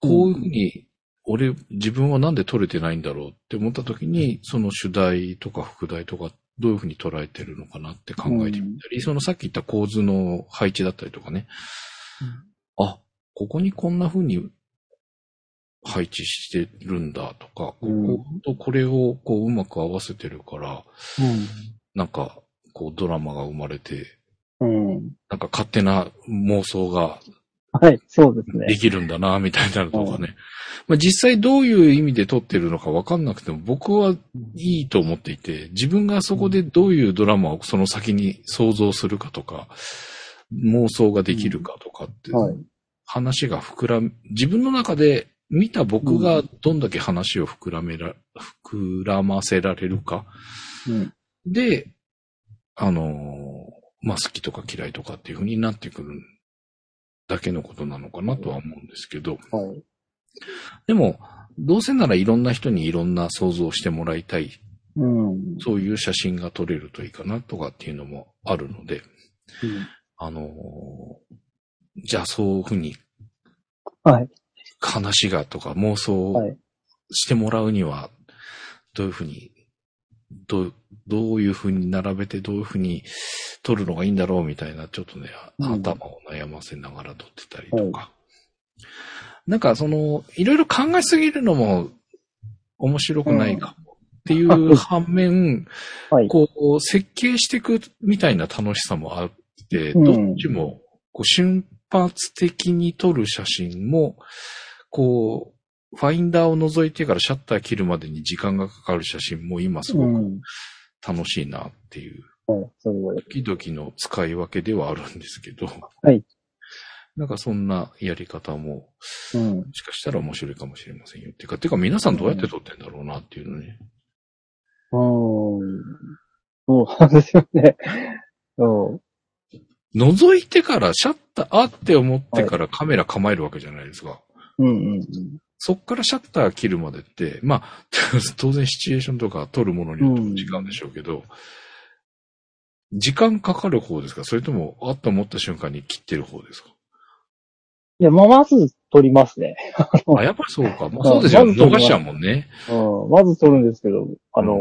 こういうふうに、俺、自分はなんで撮れてないんだろうって思った時に、その主題とか副題とか、どういうふうに捉えてるのかなって考えてみたり、そのさっき言った構図の配置だったりとかね。あ、ここにこんな風に配置してるんだとか、
うん
こことこれをこううまく合わせてるから、なんかこうドラマが生まれて、
うん。うん。
なんか勝手な妄想が
はい、そうですね
で。きるんだな、みたいなのとかね。まあ、実際どういう意味で撮ってるのかわかんなくても、僕はいいと思っていて、自分がそこでどういうドラマをその先に想像するかとか、妄想ができるかとかって、
はい。
話が膨らむ、自分の中で見た僕がどんだけ話を膨らめら、膨らませられるか。
うん
で、あのーまあ、好きとか嫌いとかっていう風になってくるだけのことなのかなとは思うんですけど、
はい。
でも、どうせならいろんな人にいろんな想像をしてもらいたい、
うん。
そういう写真が撮れるといいかなとかっていうのもあるので、あのーじゃあそういう風に
はい。
話がとか妄想を
はい
してもらうには、どういうふうに、どう、どういうふうに並べて、どういうふうに取るのがいいんだろうみたいな、ちょっとね、
うん
頭を悩ませながら撮ってたりとか。なんか、その、いろいろ考えすぎるのも面白くないかも。ってい
うん
う反面、
はい。
こう、設計していくみたいな楽しさもあって、
うん
どっちも、こう、瞬発的に撮る写真も、こう、ファインダーを覗いてからシャッター切るまでに時間がかかる写真も今す
う
ごく
ん。
楽しいなっていう、
はい、すごい。
ドキドキの使い分けではあるんですけど、
はい。
なんかそんなやり方も、
うん。
もしかしたら面白いかもしれませんよ。っていうか、てか皆さんどうやって撮ってんだろうなっていうのね。
うん。そうなんですよね。うん。
覗いてからシャッターあって思ってからカメラ構えるわけじゃないですか。
うんうん
そっからシャッター切るまでって、まあ、当然シチュエーションとか撮るものによっても違うんでしょうけど、時間かかる方ですかそれとも、あっと思った瞬間に切ってる方ですか
いや、まあ、まず撮りますね。うん
あ、やっぱりそうか。まあ、そうですよ。
まず撮り
逃
ます
しちゃうもんね。
うん。まず撮るんですけど、あのー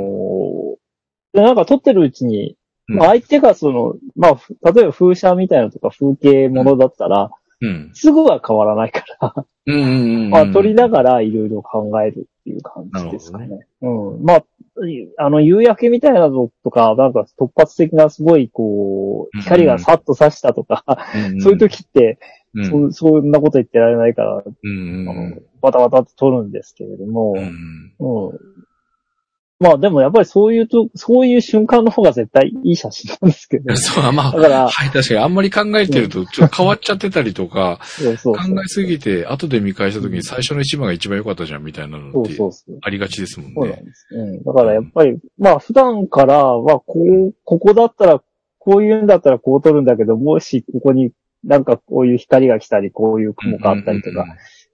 で、なんか撮ってるうちに、
うん
まあ、相手がその、まあ、ふ例えば風車みたいなのとか風景ものだったら、
うん。
すぐは変わらないから、
うんうんうんうん。
まあ、撮りながらいろいろ考えるっていう感じですかね。うん。まあ、あの、夕焼けみたいなのとか、なんか突発的なすごい、こう、光がさっと差したとか、
うんうん、
そういう時って、
うん、うん
そ、そんなこと言ってられないから、
うん
あ
う
の
ん、
バタバタと撮るんですけれども、
うん。
うん。まあでもやっぱりそういうと、そういう瞬間の方が絶対いい写真なんですけど
いや
ね。
そうだ、まあ、
だから
はい、確かにあんまり考えてると、ちょっと変わっちゃってたりとか、
そうそう
考
そう。
えすぎて、後で見返した時に最初の一番が一番良かったじゃん、みたいなの
そ
っ
う
て
そうそう。
ありがちですもん
そうな
ね
ん。です。うん。だからやっぱり、まあ普段からは、こう、ここだったら、こういうんだったらこう撮るんだけど、もしここになんかこういう光が来たり、こういう雲があったりとか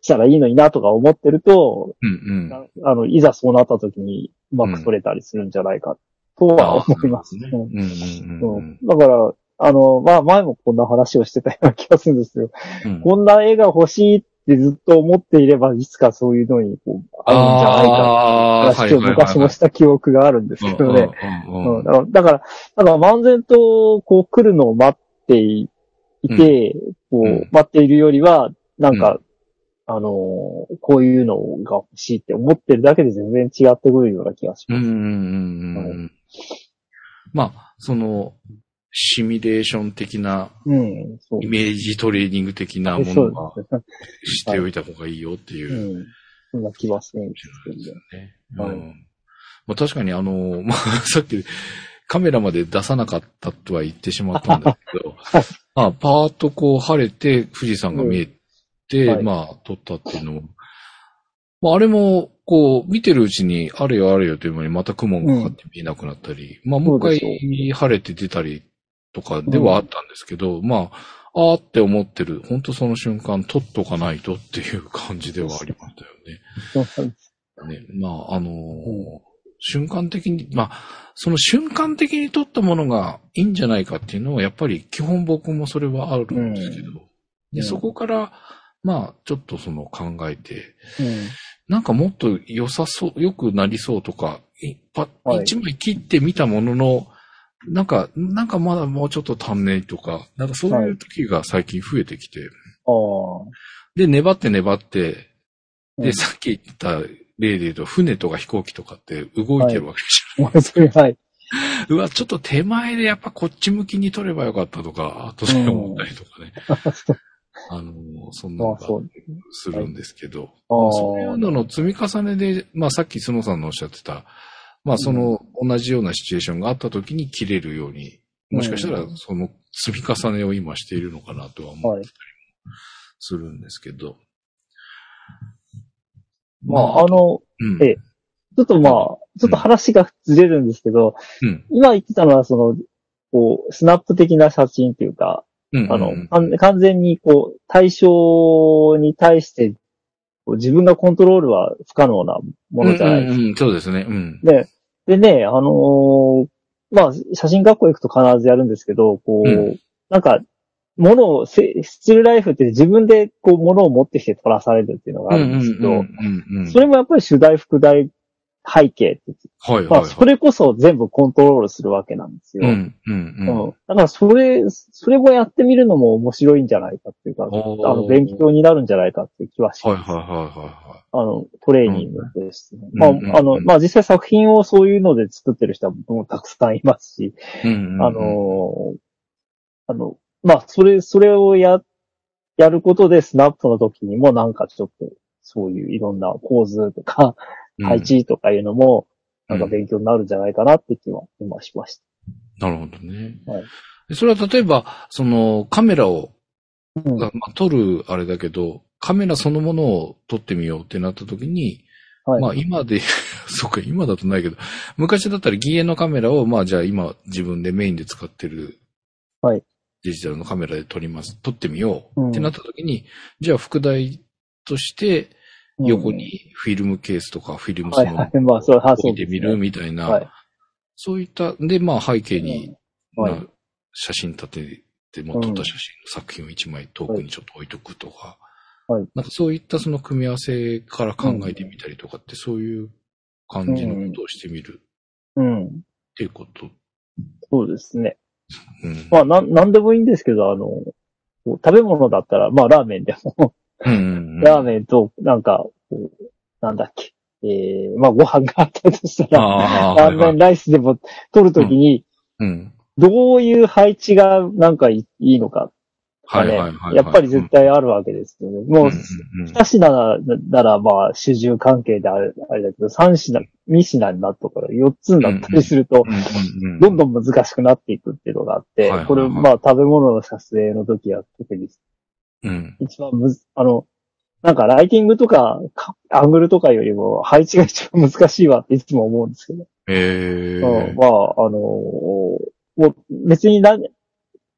したらいいのになとか思ってると、
うんうんうん。うんうん。
なあの、いざそうなった時にうまく撮れたりするんじゃないかとは思いますね。
あうんうんうん
う
うんん。
だから、あの、まあ前もこんな話をしてたような気がするんですよ。
うん
こんな絵が欲しいってずっと思っていれば、いつかそういうのにこう合うんじゃないか
ああ、
話を昔もした記憶があるんですけどね。
うんうん
う
うんん
だから、だから、だから漫然とこう来るのを待っていて、
う
こうん待っているよりは、なんか、あのー、こういうのが欲しいって思ってるだけで全然違ってくるような気がし
うん
ま
う
す。
んうんうん。まあ、その、シミュレーション的な、
うん、そう
イ。メージトレーニング的なも
そ
の
う
は
ですね。
しておいた方がいいよっていうう。
ん。そんな気はするんで
知
す
ら
け
な
ど
いです
ね
よ。ね。
は
う
い
ん。まあ確かにあの、 まあさっきカメラまで出さなかったとは言ってしまったんですけ ど、まあパーッとこう晴れて富士山が見えて、
うんはい
まあ撮ったっていうのも、まああれもこう見てるうちにあれよあれよという間にまた雲がかかって見えなくなったり、まあもう一
そうで
回晴れて出たりとかではあったんですけど、まあ、あーって思ってる、本当その瞬間撮っとかないとっていう感じではありましたよね。
そうなんです。
ね、まあ、あのー
う
瞬間的に、まあ、その瞬間的に撮ったものがいいんじゃないかっていうのは、やっぱり基本僕もそれはあるんですけど、
うん
でそこから、まあ、ちょっとその考えて、なんかもっと良さそう、良くなりそうとか、いパ
はい
一枚切ってみたものの、なんか、なんかまだもうちょっと足んねえとか、なんかそういう時が最近増えてきて、
うん。ああ。
で、粘って粘って、
う
で、
ん
さっき言った例で言うと、船とか飛行機とかって動いてるわけ じゃない。
それはい。
うわ、ちょっと手前でやっぱこっち向きに取ればよかったとか、後で思ったりとかね。あの、そんな
ま
の
あ
が
そう。
するんですけど、
ああ。
そういうのの積み重ねで、まあさっき角さんのおっしゃってた、まあその同じようなシチュエーションがあった時に切れるように、もしかしたら
うん
その積み重ねを今しているのかなとは思う
はい。
するんですけど。
まあ、あ、の、
うん
ええちょっとまあ、ちょっと話がずれるんですけど、
うん
今言ってたのは、その、こう、スナップ的な写真っていうか、
うん
あの、
うん
完完全にこう、対象に対して、こう自分がコントロールは不可能なものじゃないですか
うんうんうんそうですね。うん。
で、でね、あのーまあ、写真学校行くと必ずやるんですけど、こう、
うん
なんか、物を、せスチールライフって自分でこう物を持ってきて撮らされるっていうのがあるんですけど、
うんうん
それもやっぱり主題、副題、背景って、
はい
ま
はい
あ、
はい。
それこそ全部コントロールするわけなんですよ。
うんうんうん。
うんだから、それ、それもやってみるのも面白いんじゃないかっていうか、あ
おー
の、勉強になるんじゃないかっていう気はし
はいはい
ます。
は
あの、トレーニングですね。
うん
ま
うんうん
あ、あの、まあ、実際作品をそういうので作ってる人はもうたくさんいますし、
いはい。うんうんうん
あ、のー、あの、まあ、それ、それをや、やることでスナップの時にもなんかちょっと、そういういろんな構図とか、
うん
配置とかいうのも、なんか
うん
勉強になるんじゃないかなって気は今しまし
なるほどね。
はい
でそれは例えば、そのカメラを、
た。うん
まあ、撮るあれだけど、カメラそのものを撮ってみようってなった時に、
はい
まあ今で、 そうか、今だとないけど、昔だったらギエのカメラを、まあじゃあ今自分でメインで使ってる、
はい
デジタルのカメラで撮ります、撮ってみようってなった時に、じゃあ副題として、
うん
横。にフィルムケースとかフィルム
は
そ
いは
の
い。 まあ、それはそ
置
う
いて
です
み
ね。
るみたいな、
はい
そういった、で、まあ背景に、
うんはい
な写真立てて、もう撮った写真の作品を一枚遠くにちょっと置いとくとか、
はい
なんかそういったその組み合わせから考えてみたりとかって、そういう感じのことをしてみる
うん。
っていうこと。
そうですね。
うん。
まあ、なん、なんでもいいんですけど、あの、こう食べ物だったら、まあ、ラーメンでも、
うん
ラーメンと、なんか、こうなんだっけ、えー、まあ、ご飯があったとしたら、
ああ、
ラ
は
ー
い
メ
は
ン
い。
ライスでも取るときに、
うん。
どういう配置がなんかいいいのかと
は
か
い
ね、
はいはいはい。
やっぱり絶対あるわけですよね。もう、
うんうんうん
二品ななら、まあ、主従関係であれあれだけど、三品、三品になったから、四つになったりすると、
うんうんうん
どんどん難しくなっていくっていうのがあって
はいはいは、い
これ、まあ、食べ物の撮影の時は特に
うん。
一番むず、あの、なんかライティングとか、かアングルとかよりも配置が一番難しいわっていつも思うんですけど。
ええ
うんまあ、あのーもう別にな、食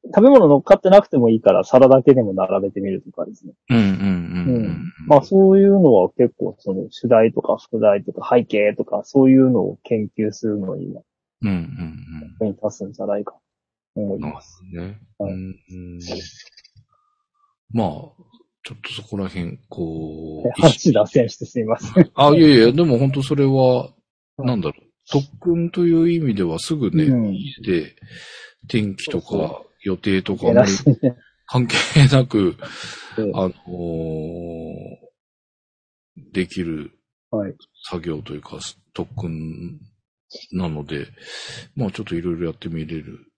べ物乗っかってなくてもいいから皿だけでも並べてみるとかですね。
うんうんうんうん。
まあそういうのは結構その主題とか副題とか背景とかそういうのを研究するのには
うんうんうん。
役に立つんじゃないかと思い
なる
ま
ほ
す。
どね。
はい
うんうんまあ、ちょっとそこら辺、こう。意
話
識
脱線してすみません。
あ、いやいや、でも本当それは、
うん
なんだろう。特訓という意味ではすぐね、
うん
家で天気と
そう
か予定とかあんま
偉
り
いですね。
関係なく、
うん
あのーできる
はい。
作業というか、特訓なので、まあちょっといろいろやってみれる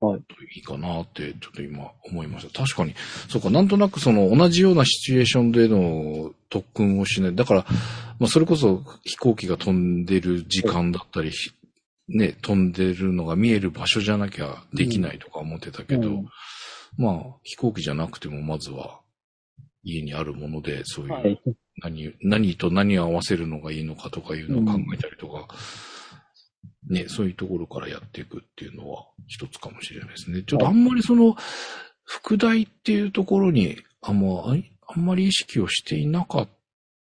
はい
といいかなって、ちょっと今思いました。確かに、そうか、なんとなくその同じようなシチュエーションでの特訓をしない。だから、まあそれこそ飛行機が飛んでる時間だったり、ひね、飛んでるのが見える場所じゃなきゃできないとか思ってたけど、
うん
まあ飛行機じゃなくてもまずは家にあるものでそういう
はい。
何、何と何を合わせるのがいいのかとかいうのを考えたりとか、ね、そういうところからやっていくっていうのは一つかもしれないですね。ちょっとあんまりその、副題っていうところに、あんま、あいあんまり意識をしていなかっ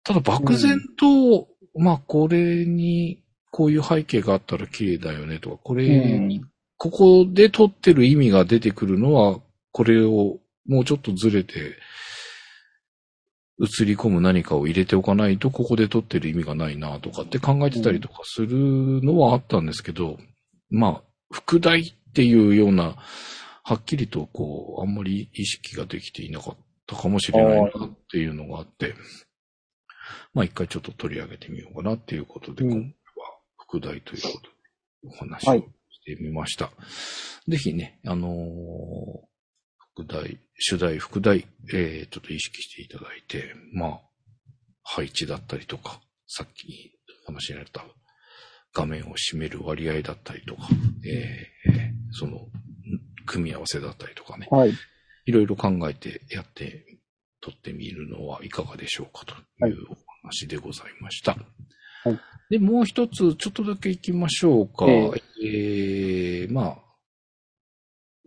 た。ただ漠然と、まあこれに、こういう背景があったら綺麗だよねとか、これにここで撮ってる意味が出てくるのは、これをもうちょっとずれて、映り込む何かを入れておかないと、ここで撮ってる意味がないなとかって考えてたりとかするのはあったんですけど、まあ、副題っていうような、はっきりとこう、あんまり意識ができていなかったかもしれないなっていうのがあって、まあ一回ちょっと取り上げてみようかなっていうことで、
うん
今回は副題ということでお話
は
を
い
してみました。ぜひね、あのー副題、主題、副題、えー、ちょっと意識していただいて、まあ、配置だったりとか、さっきお話しになった画面を占める割合だったりとか、えーその、ん組み合わせだったりとかね、
はい。
いろいろ考えてやって、撮ってみるのはいかがでしょうかというお話でございました。
い
で、もう一つ、ちょっとだけ行きましょうか。
え
えーまあ、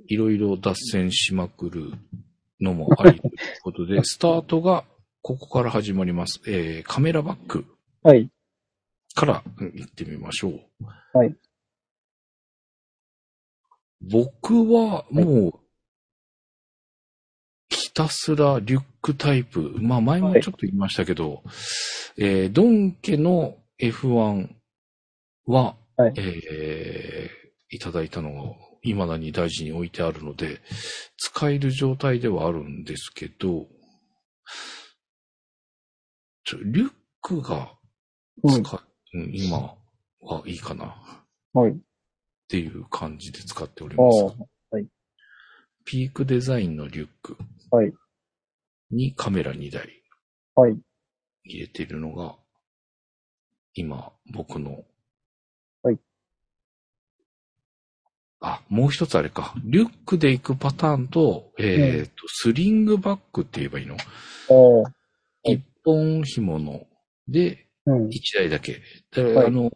いろいろ脱線しまくるのもありということで、スタートがここから始まります。えーカメラバック
はい。
からうん行ってみましょう。
はい。
僕はもう、ひたすらリュックタイプ。まあ前もちょっと言いましたけど、えードン家の F1 は、
はい
えーいただいたのを未だに大事に置いてあるので、使える状態ではあるんですけど、ちょリュックが
うん。
使う、うん、今はいいかなっ
はい。
ていう感じで使っており
あ
ますが。
あ。
ピークデザインのリュック
はい
にカメラ2台
はい。
入れているのが、今僕の。
はい。
あ、もう一つあれか。リュックで行くパターンと、えっと、スリングバックって言えばいいの。
おーい
一本紐ので、
うん。
一台だけ。で
はい
あの、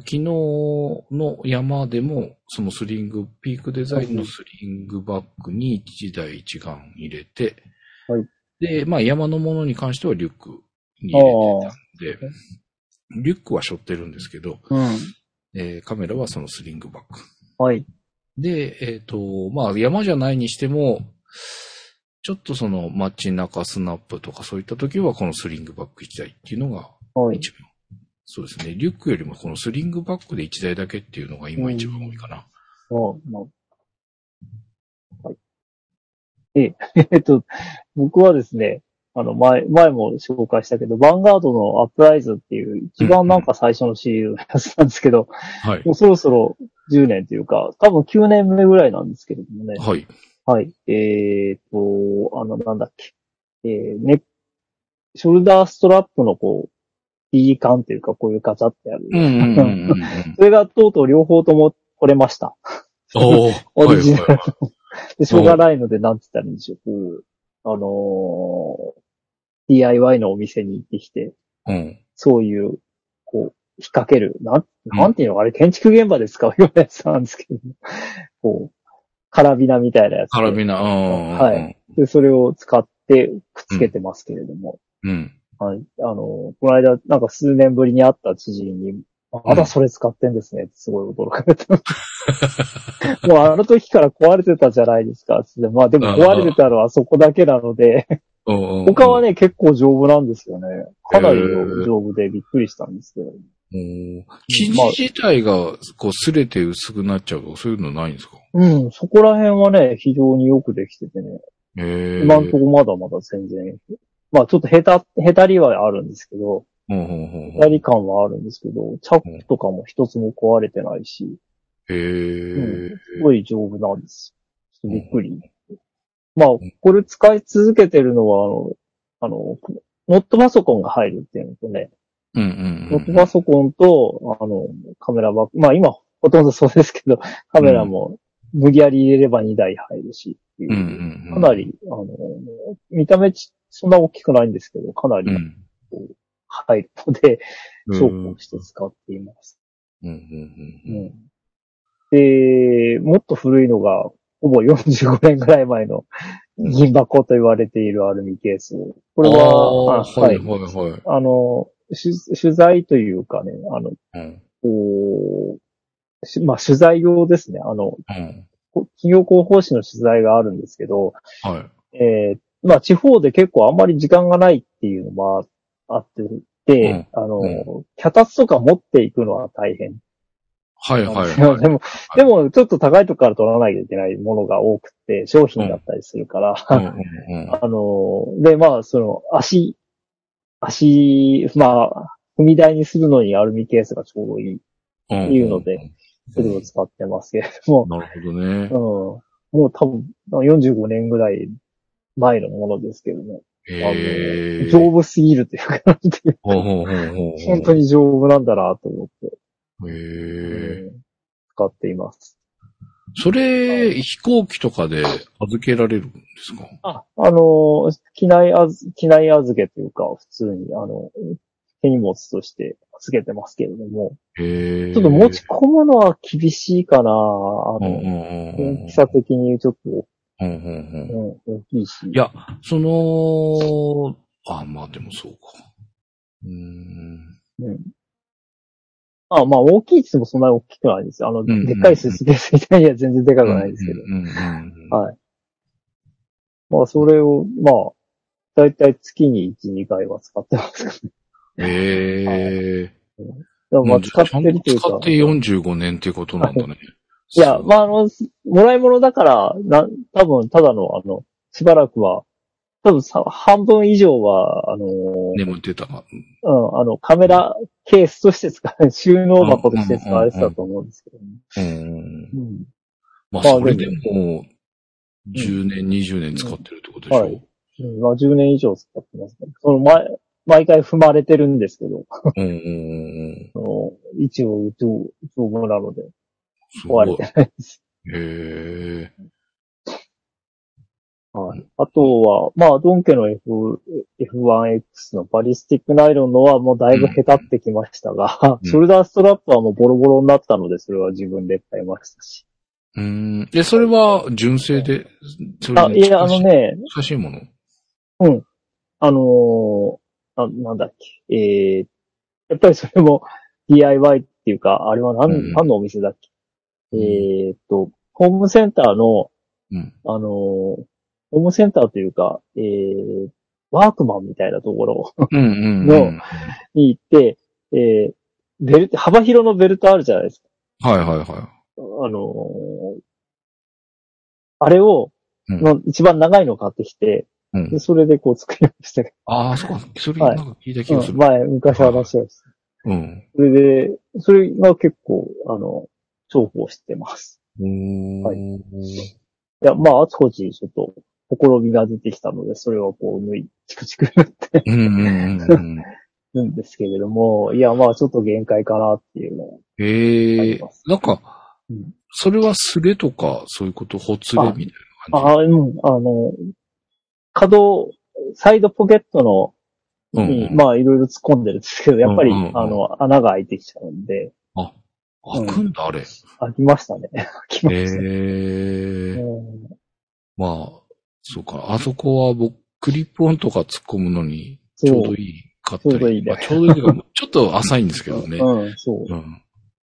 昨日の山でも、そのスリング、ピークデザインのスリングバッグに一台一眼入れて、
はい
で、まあ山のものに関してはリュックに入れてたんで、リュックは背負ってるんですけど、
うん。
えーカメラはそのスリングバッグ。
はい。
で、えっ、と、まあ山じゃないにしても、ちょっとその街中スナップとかそういった時はこのスリングバッグ1台っていうのが
はい。
一番、そうですね。リュックよりもこのスリングバッグで1台だけっていうのが今一番多いかな。
あまあはい。え、 えっと、僕はですね、あの、前、前も紹介したけど、ヴァンガードのアップライズっていう、一番なんか最初のシリーズのやつなんですけど、
はい。
もうそろそろ10年というか、多分9年目ぐらいなんですけれどもね。
はい。
はい。えーっと、あの、なんだっけ。えー、ね、ショルダーストラップのこう、B 感というか、こういうガチャってある。
うんうんうんうんうん。
それがとうとう両方とも取れました。
おー
オリジナル
はいはいはい
で、しょうがないので、なんつったらいいんでしょう。こうあのー DIY のお店に行ってきて、
うん。
そういう、こう、引っ掛ける、なん、
うん
なんていうの、あれ、建築現場で使う ようなやつなんですけど、こう、カラビナみたいなやつで。
カラビナ、うんうん。
は。で、それを使ってくっつけてますけれども、
うん。
はい。あの、この間、なんか数年ぶりに会った知人に、あまだそれ使ってんですねってすごい驚かれた。 もうあの時から壊れてたじゃないですか。つってまあでも壊れてたのはそこだけなので、
うんうん
他はね、結構丈夫なんですよね。かなり
へー
丈夫でびっくりしたんですけど。
うん生地自体が、こう、擦れて薄くなっちゃうとか、そういうのないんですか
うん、そこら辺はね、非常によくできててね。
ええ。
今んとこまだまだ全然。まあちょっとヘタ、ヘタりはあるんですけど、
うんうんうんう
や
ん。
り感はあるんですけど、チャックとかも一つも壊れてないし、
ええ。
すごい丈夫なんですよ。びっくり。まあ
ん、
これ使い続けてるのは、あの、あの、ノットパソコンが入るっていうのとね、
うんうんう
ノット
んうん
パ。ソコンと、あの、カメラバッグ、まあ今、ほとんどそうですけど、 カメラも無理やり入れれば2台入るしっていう、
うんうんうん
かなり、あの、見た目ちそんな大きくないんですけど、かな
う
り
ん。
入るので、
うん
そうこうして使っています。
うんうん
う
うんうん
んで、もっと古いのが、ほぼ45年ぐらい前の銀箱と言われているアルミケース。これは、
あーはいはいはい。
あの、取取材というかね、あの、
うん
こう、しまあ、取材用ですね。あの、
うん。
こ企業広報誌の取材があるんですけど、
はい。
えーまあ、地方で結構あんまり時間がないっていうのもああって、で、あの、
う
脚立とか持っていくのは大変
はいはい
でも、
は
でも、でもちょっと高いとこから取らなきゃいけないものが多くて、商品だったりするから、
い。うんうんうん。
あの、で、まあ、その、足、足、まあ、踏み台にするのにアルミケースがちょうどいい。
うん
いうので。それを使ってますけれども、
なるほどね
うん。、もう多分、45年ぐらい前のものですけどね。あの
ええ。
丈夫すぎるというか、なんていう
ほうほうほうほう
本当に丈夫なんだなと思って、
へえ。
うん使っています。
それ、飛行機とかで預けられるんですか
あ、あの、機内あず、機内預けというか、普通に、あの、手荷物として預けてますけれども、
へえ。
ちょっと持ち込むのは厳しいかな。あの、
うんうんうんうん
大きさ的にちょっと、
うんうんうん
うん、大きいし。
いや、その、あ、まあでもそうか。うーん。
うんあまあ、大きいって言ってもそんなに大きくないです。あの、
んうんうん
でっかいスーツケースみたいには全然でかくないですけど。
うんうんうん
はいまあ、それを、まあ、だいたい月に1、2回は使ってますから
へえ。
でもまあ、
じ
使
ゃ
っ
あ
てるというか。
ちゃんと使って45年ってことなんだね。
いや、まあ、あの、すもらい物だから、な、多分、ただの、あの、しばらくは、多分さ、半分以上は、あのー、
眠ってたか。
うん、あの、カメラケースとして使う、 収納箱として使われてたと思うんですけどね。
うん。
うん。
まあ、
まあ
それでも、
ん
10年、20年使ってるってことでし
は
ょ
いうんまあ、10年以上使ってますね。その、毎、毎回踏まれてるんですけど、
うんうんうんうん。
あの、一応、丈丈夫なので、
すご
壊
い
れてないです。
へえ。
はい。あとは、まあ、ドン家の F、F1X のバリスティックナイロンのはもうだいぶ下手ってきましたが、
うん
ショルダーストラップはもうボロボロになったので、それは自分で買いましたし。
うん。で、それは純正で、それ
あ、
に
いや、あのね、
近しいもの
あのーな、なんだっけ。えー、やっぱりそれも DIY っていうか、あれは何、
うん
何のお店だっけ。
うん
えーっと、ホームセンターの、
うん。
あのーホームセンターというか、えー、ワークマンみたいなところ
うんうん、う
の
ん。
に行って、えー、ベルト、幅広のベルトあるじゃないですか。
はいはいは
あのーあれを、
うん
の一番長いの買ってきて、
い。うん
で、それでこう作りましたけ
ああ、そうか。それ、な
はい
んか聞いた気
ど、
がす
うん
る。
前、昔話したやつ。
うん。
それで、それが結構、あの、重宝してます。
うん。
はいいや、まあ、あちこちちょっと、ほころびが出てきたので、それをこう、縫い、チクチ ク塗って
うんうんうんうん。
るんですけれども、いや、まあ、ちょっと限界かなっていうのはあ
ええ
ります。
なんか
うん、
それはスレとか、そういうこと、ほつれみたいな感
ああ、うん、あの、角、サイドポケットの
じ。うん
に、
うん。
まあ、いろいろ突っ込んでるんですけど、やっぱり、
うんうんうん
あの、穴が開いてきちゃうんで、
開くんだ、あれ。
開きましたね。 開きま
え
したね。
え
うん
まあ、そうか。あそこは僕、クリップオンとか突っ込むのに、
そう
ちょうどいいかったり。
ちょうどいいね
まあちょうどいいというか。ちょっと浅いんですけどね。
うん、そう。
うん。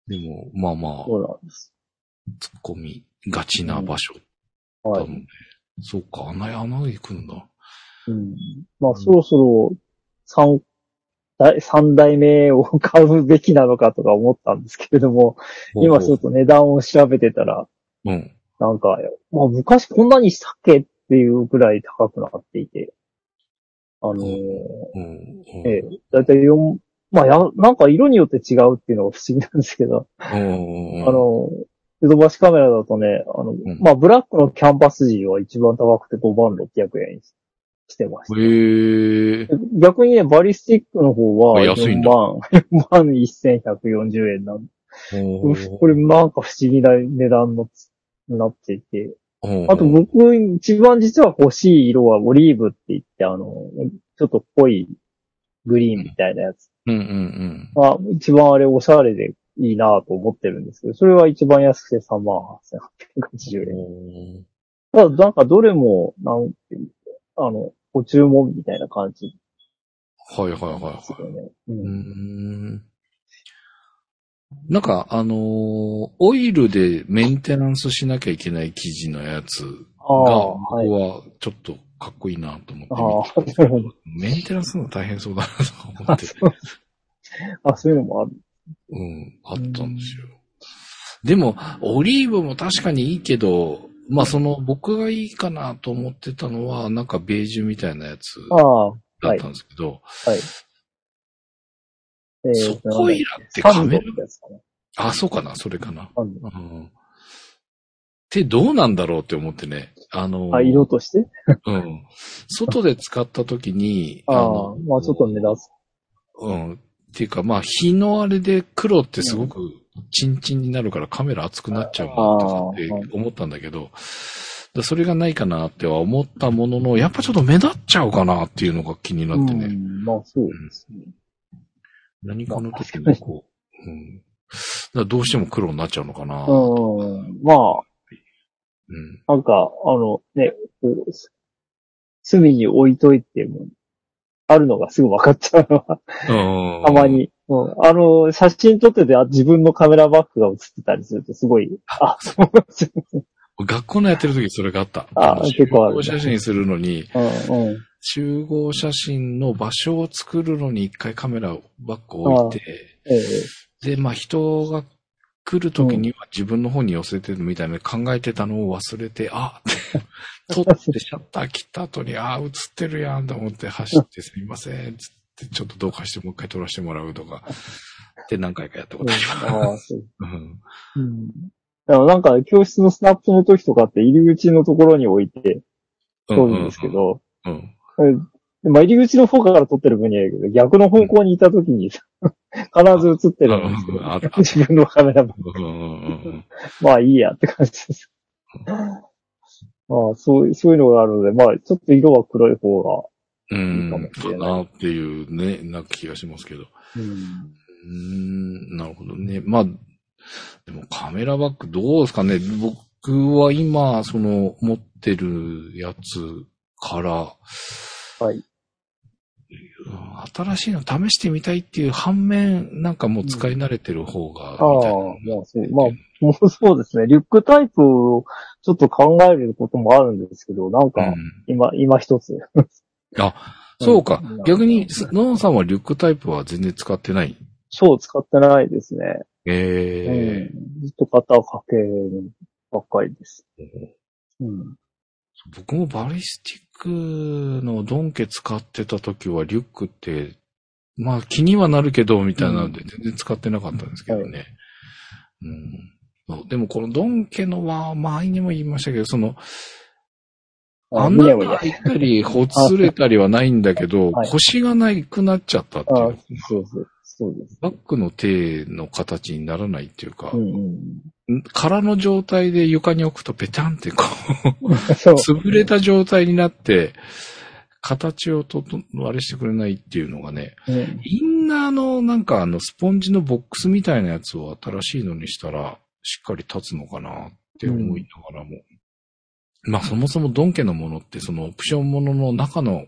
でも、まあまあ、
そうなんです。
突っ込みがちな場所
は
だも
い
ん。ね。そうか、穴へ穴へ行くんだ。
うん、まあ、そろそろ、三、代三代目を買うべきなのかとか思ったんですけれども、今ちょっと値段を調べてたら、
うん。
なんか、まあ、昔こんなにしたっけっていうぐらい高くなっていて、あのー
うん。うん。
ええだいたい4、まあ、や、なんか色によって違うっていうのが不思議なんですけど、
うん。
あの、ヨドバシカメラだとね、あの、
ん
まあ、ブラックのキャンパス時は一番高くて5万600円にしてました。
へえ。
逆にね、バリスティックの方は
あ安い
4
んだ
万、4万1140円なんで、
おー
これなんか不思議な値段のつ、なっていて。
うん
あと僕、一番実は欲しい色はオリーブって言って、あの、ちょっと濃いグリーンみたいなやつ。
うんうん
まあ、一番あれおしゃれでいいなと思ってるんですけど、それは一番安くて38,880円。
うんおー。
ただ、なんかどれも、なんていうのあの、ご注文みたいな感じで
はいはいはいはい
す。よね。
うー
うん
んなんか、あのーオイルでメンテナンスしなきゃいけない生地のやつ
あ
が、
あ、
僕
はい。
はちょっとかっこいいなと思って見て
ああ、なるほど
メンテナンスするの大変そうだなと 思って、
あ、そういうのもある。
うん、あったんですよ。でも、オリーブも確かにいいけど、まあその僕がいいかなと思ってたのは、なんかベージュみたいなやつ
ああ、
だったんですけど、
えー
そこいらって
なんだっけ
カメ
サンド、
ラ
ってやつかな。
あ、そうかな、それかな。
サンド
うんってどうなんだろうって思ってね。あの、
あ、色として
うん。外で使った時に、
ああ、まあちょっと目立つ。
うん。っていうか、まあ、日のあれで黒ってすごくチンチンになるからカメラ熱くなっちゃうなとかって
あー
思ったんだけど、だそれがないかなっては思ったものの、やっぱちょっと目立っちゃうかなっていうのが気になってね。
うん、まあそうですね。
何かの時
まあ
にこう、うん。だからどうしても黒になっちゃうのかな。うん。
うん、まあ、なんか、あのね、こう、す隅に置いといても、あるのがすぐ分かっちゃうのは、
うん
たま。に。うん、あの、写真撮ってて、あ自分のカメラバッグが写ってたりすると、すごい、あ、そうなんです
学校のやってる時それがあった。
あ結構ある
集合写真するのに、
うん、うん。
集合写真の場所を作るのに一回カメラをバック置いて、
ええ
で、まあ人が来る時には自分の方に寄せてるみたいな考えてたのを忘れて、 あ撮ってシャッター切った後に、あ映ってるやんと思って走ってすみません、つってちょっとどうかしてもう一回撮らせてもらうとか、で何回かやったこ
うん
とあり
あ
ま
あ
す。
そう
うん
うんだからなんか、教室のスナップの時とかって入り口のところに置いて撮るんですけ。ど、
うんうんうん
でまあ、入り口の方から撮ってる分にはいいけど、逆の方向にいた時に、 必ず映ってるんですけど
うんうん あ、
自分のカメラバッグ
うんうんうんうん
まあいいやって感じです。まあそう、そういうのがあるので、まあちょっと色は黒い方が。
うん、
いいかもし
か
れない
なっていうね、なんか気がしますけど。う
うん。
ーん、なるほどね。まあ、でもカメラバッグどうですかね。僕は今、その、持ってるやつから、
はい。
うん新しいの試してみたいっていう反面、なんかもう使い慣れてる方
あ
が、み
あ、
たいな。
もうそう、まあ、もうそうですね。リュックタイプをちょっと考えることもあるんですけど、なん
う
か、
ん
今、今一つ。
そうか
うん。
逆に、すノンさんはリュックタイプは全然使ってない。
そう使ってないですね。
ええ
うん、ずっと型をかけるばっかりです。うん。
僕もバリスティックのドンケ使ってた時はリュックって、まあ気にはなるけど、みたいなので全然使ってなかったんですけどね。うんそうでもこのドンケのは、前にも言いましたけど、その、
むに
穴
ゃむに
が
ゃ
開いたり、ほつれたりはないんだけど、
はい
腰がなくなっちゃったってい
あ
う。
そうそう、そうです。
バックの手の形にならないっていうか、
うんうん。
空の状態で床に置くとペタンってこう、
そう。
潰れた状態になって、形をとと、あれしてくれないっていうのがね、
うん
インナーのなんかあのスポンジのボックスみたいなやつを新しいのにしたら、しっかり立つのかなって思いながらも。まあそもそもドン家のものってそのオプションものの中の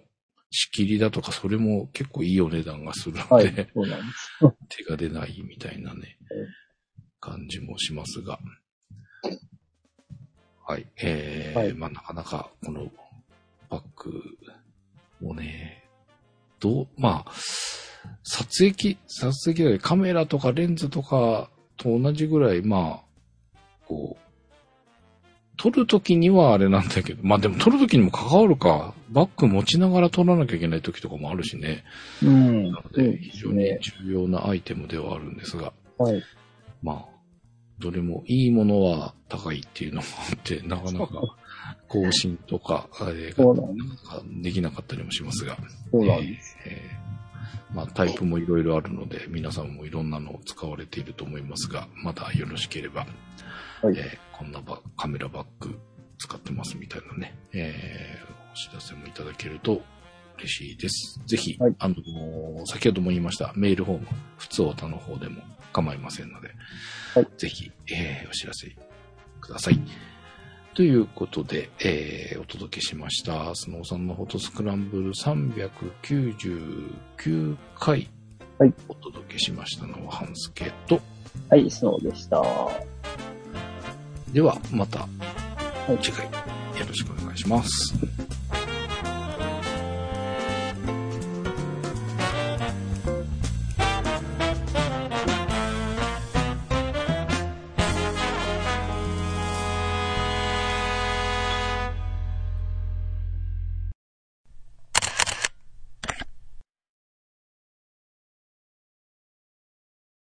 仕切りだとかそれも結構いいお値段がするので、
はい、そうなんです。
手が出ないみたいなね、感じもしますが。はい。えー
はい
まあなかなかこのバッグをね、どう、まあ、撮影機、撮影機だよカメラとかレンズとかと同じぐらい、まあ、こう、撮るときにはあれなんだけど、まあでも撮るときにも関わるか、バッグ持ちながら撮らなきゃいけないときとかもあるしね。
うん
なので、非常に重要なアイテムではあるんですが、
はい。
まあ、どれもいいものは高いっていうのもあって、なかなか更新とか、えー
そうなんで
なかなかできなかったりもしますが、
す。そうなんです。
えーまあ、タイプもいろいろあるので、皆さんもいろんなのを使われていると思いますが、またよろしければ、
はい
えーこんなバカメラバッグ使ってますみたいなね、えーお知らせもいただけると嬉しいです。ぜひ、
はい
あのー先ほども言いました、メールフォーム、普通オタの方でも構いませんので、
はい
ぜひ、えーお知らせください。ということで、えーお届けしました。スノーさんのフォトスクランブル399回、
はい
お届けしましたのは、ハンスケと、
はい、スノーでした。は
では、また
い。
次回よろしくお願いします。
お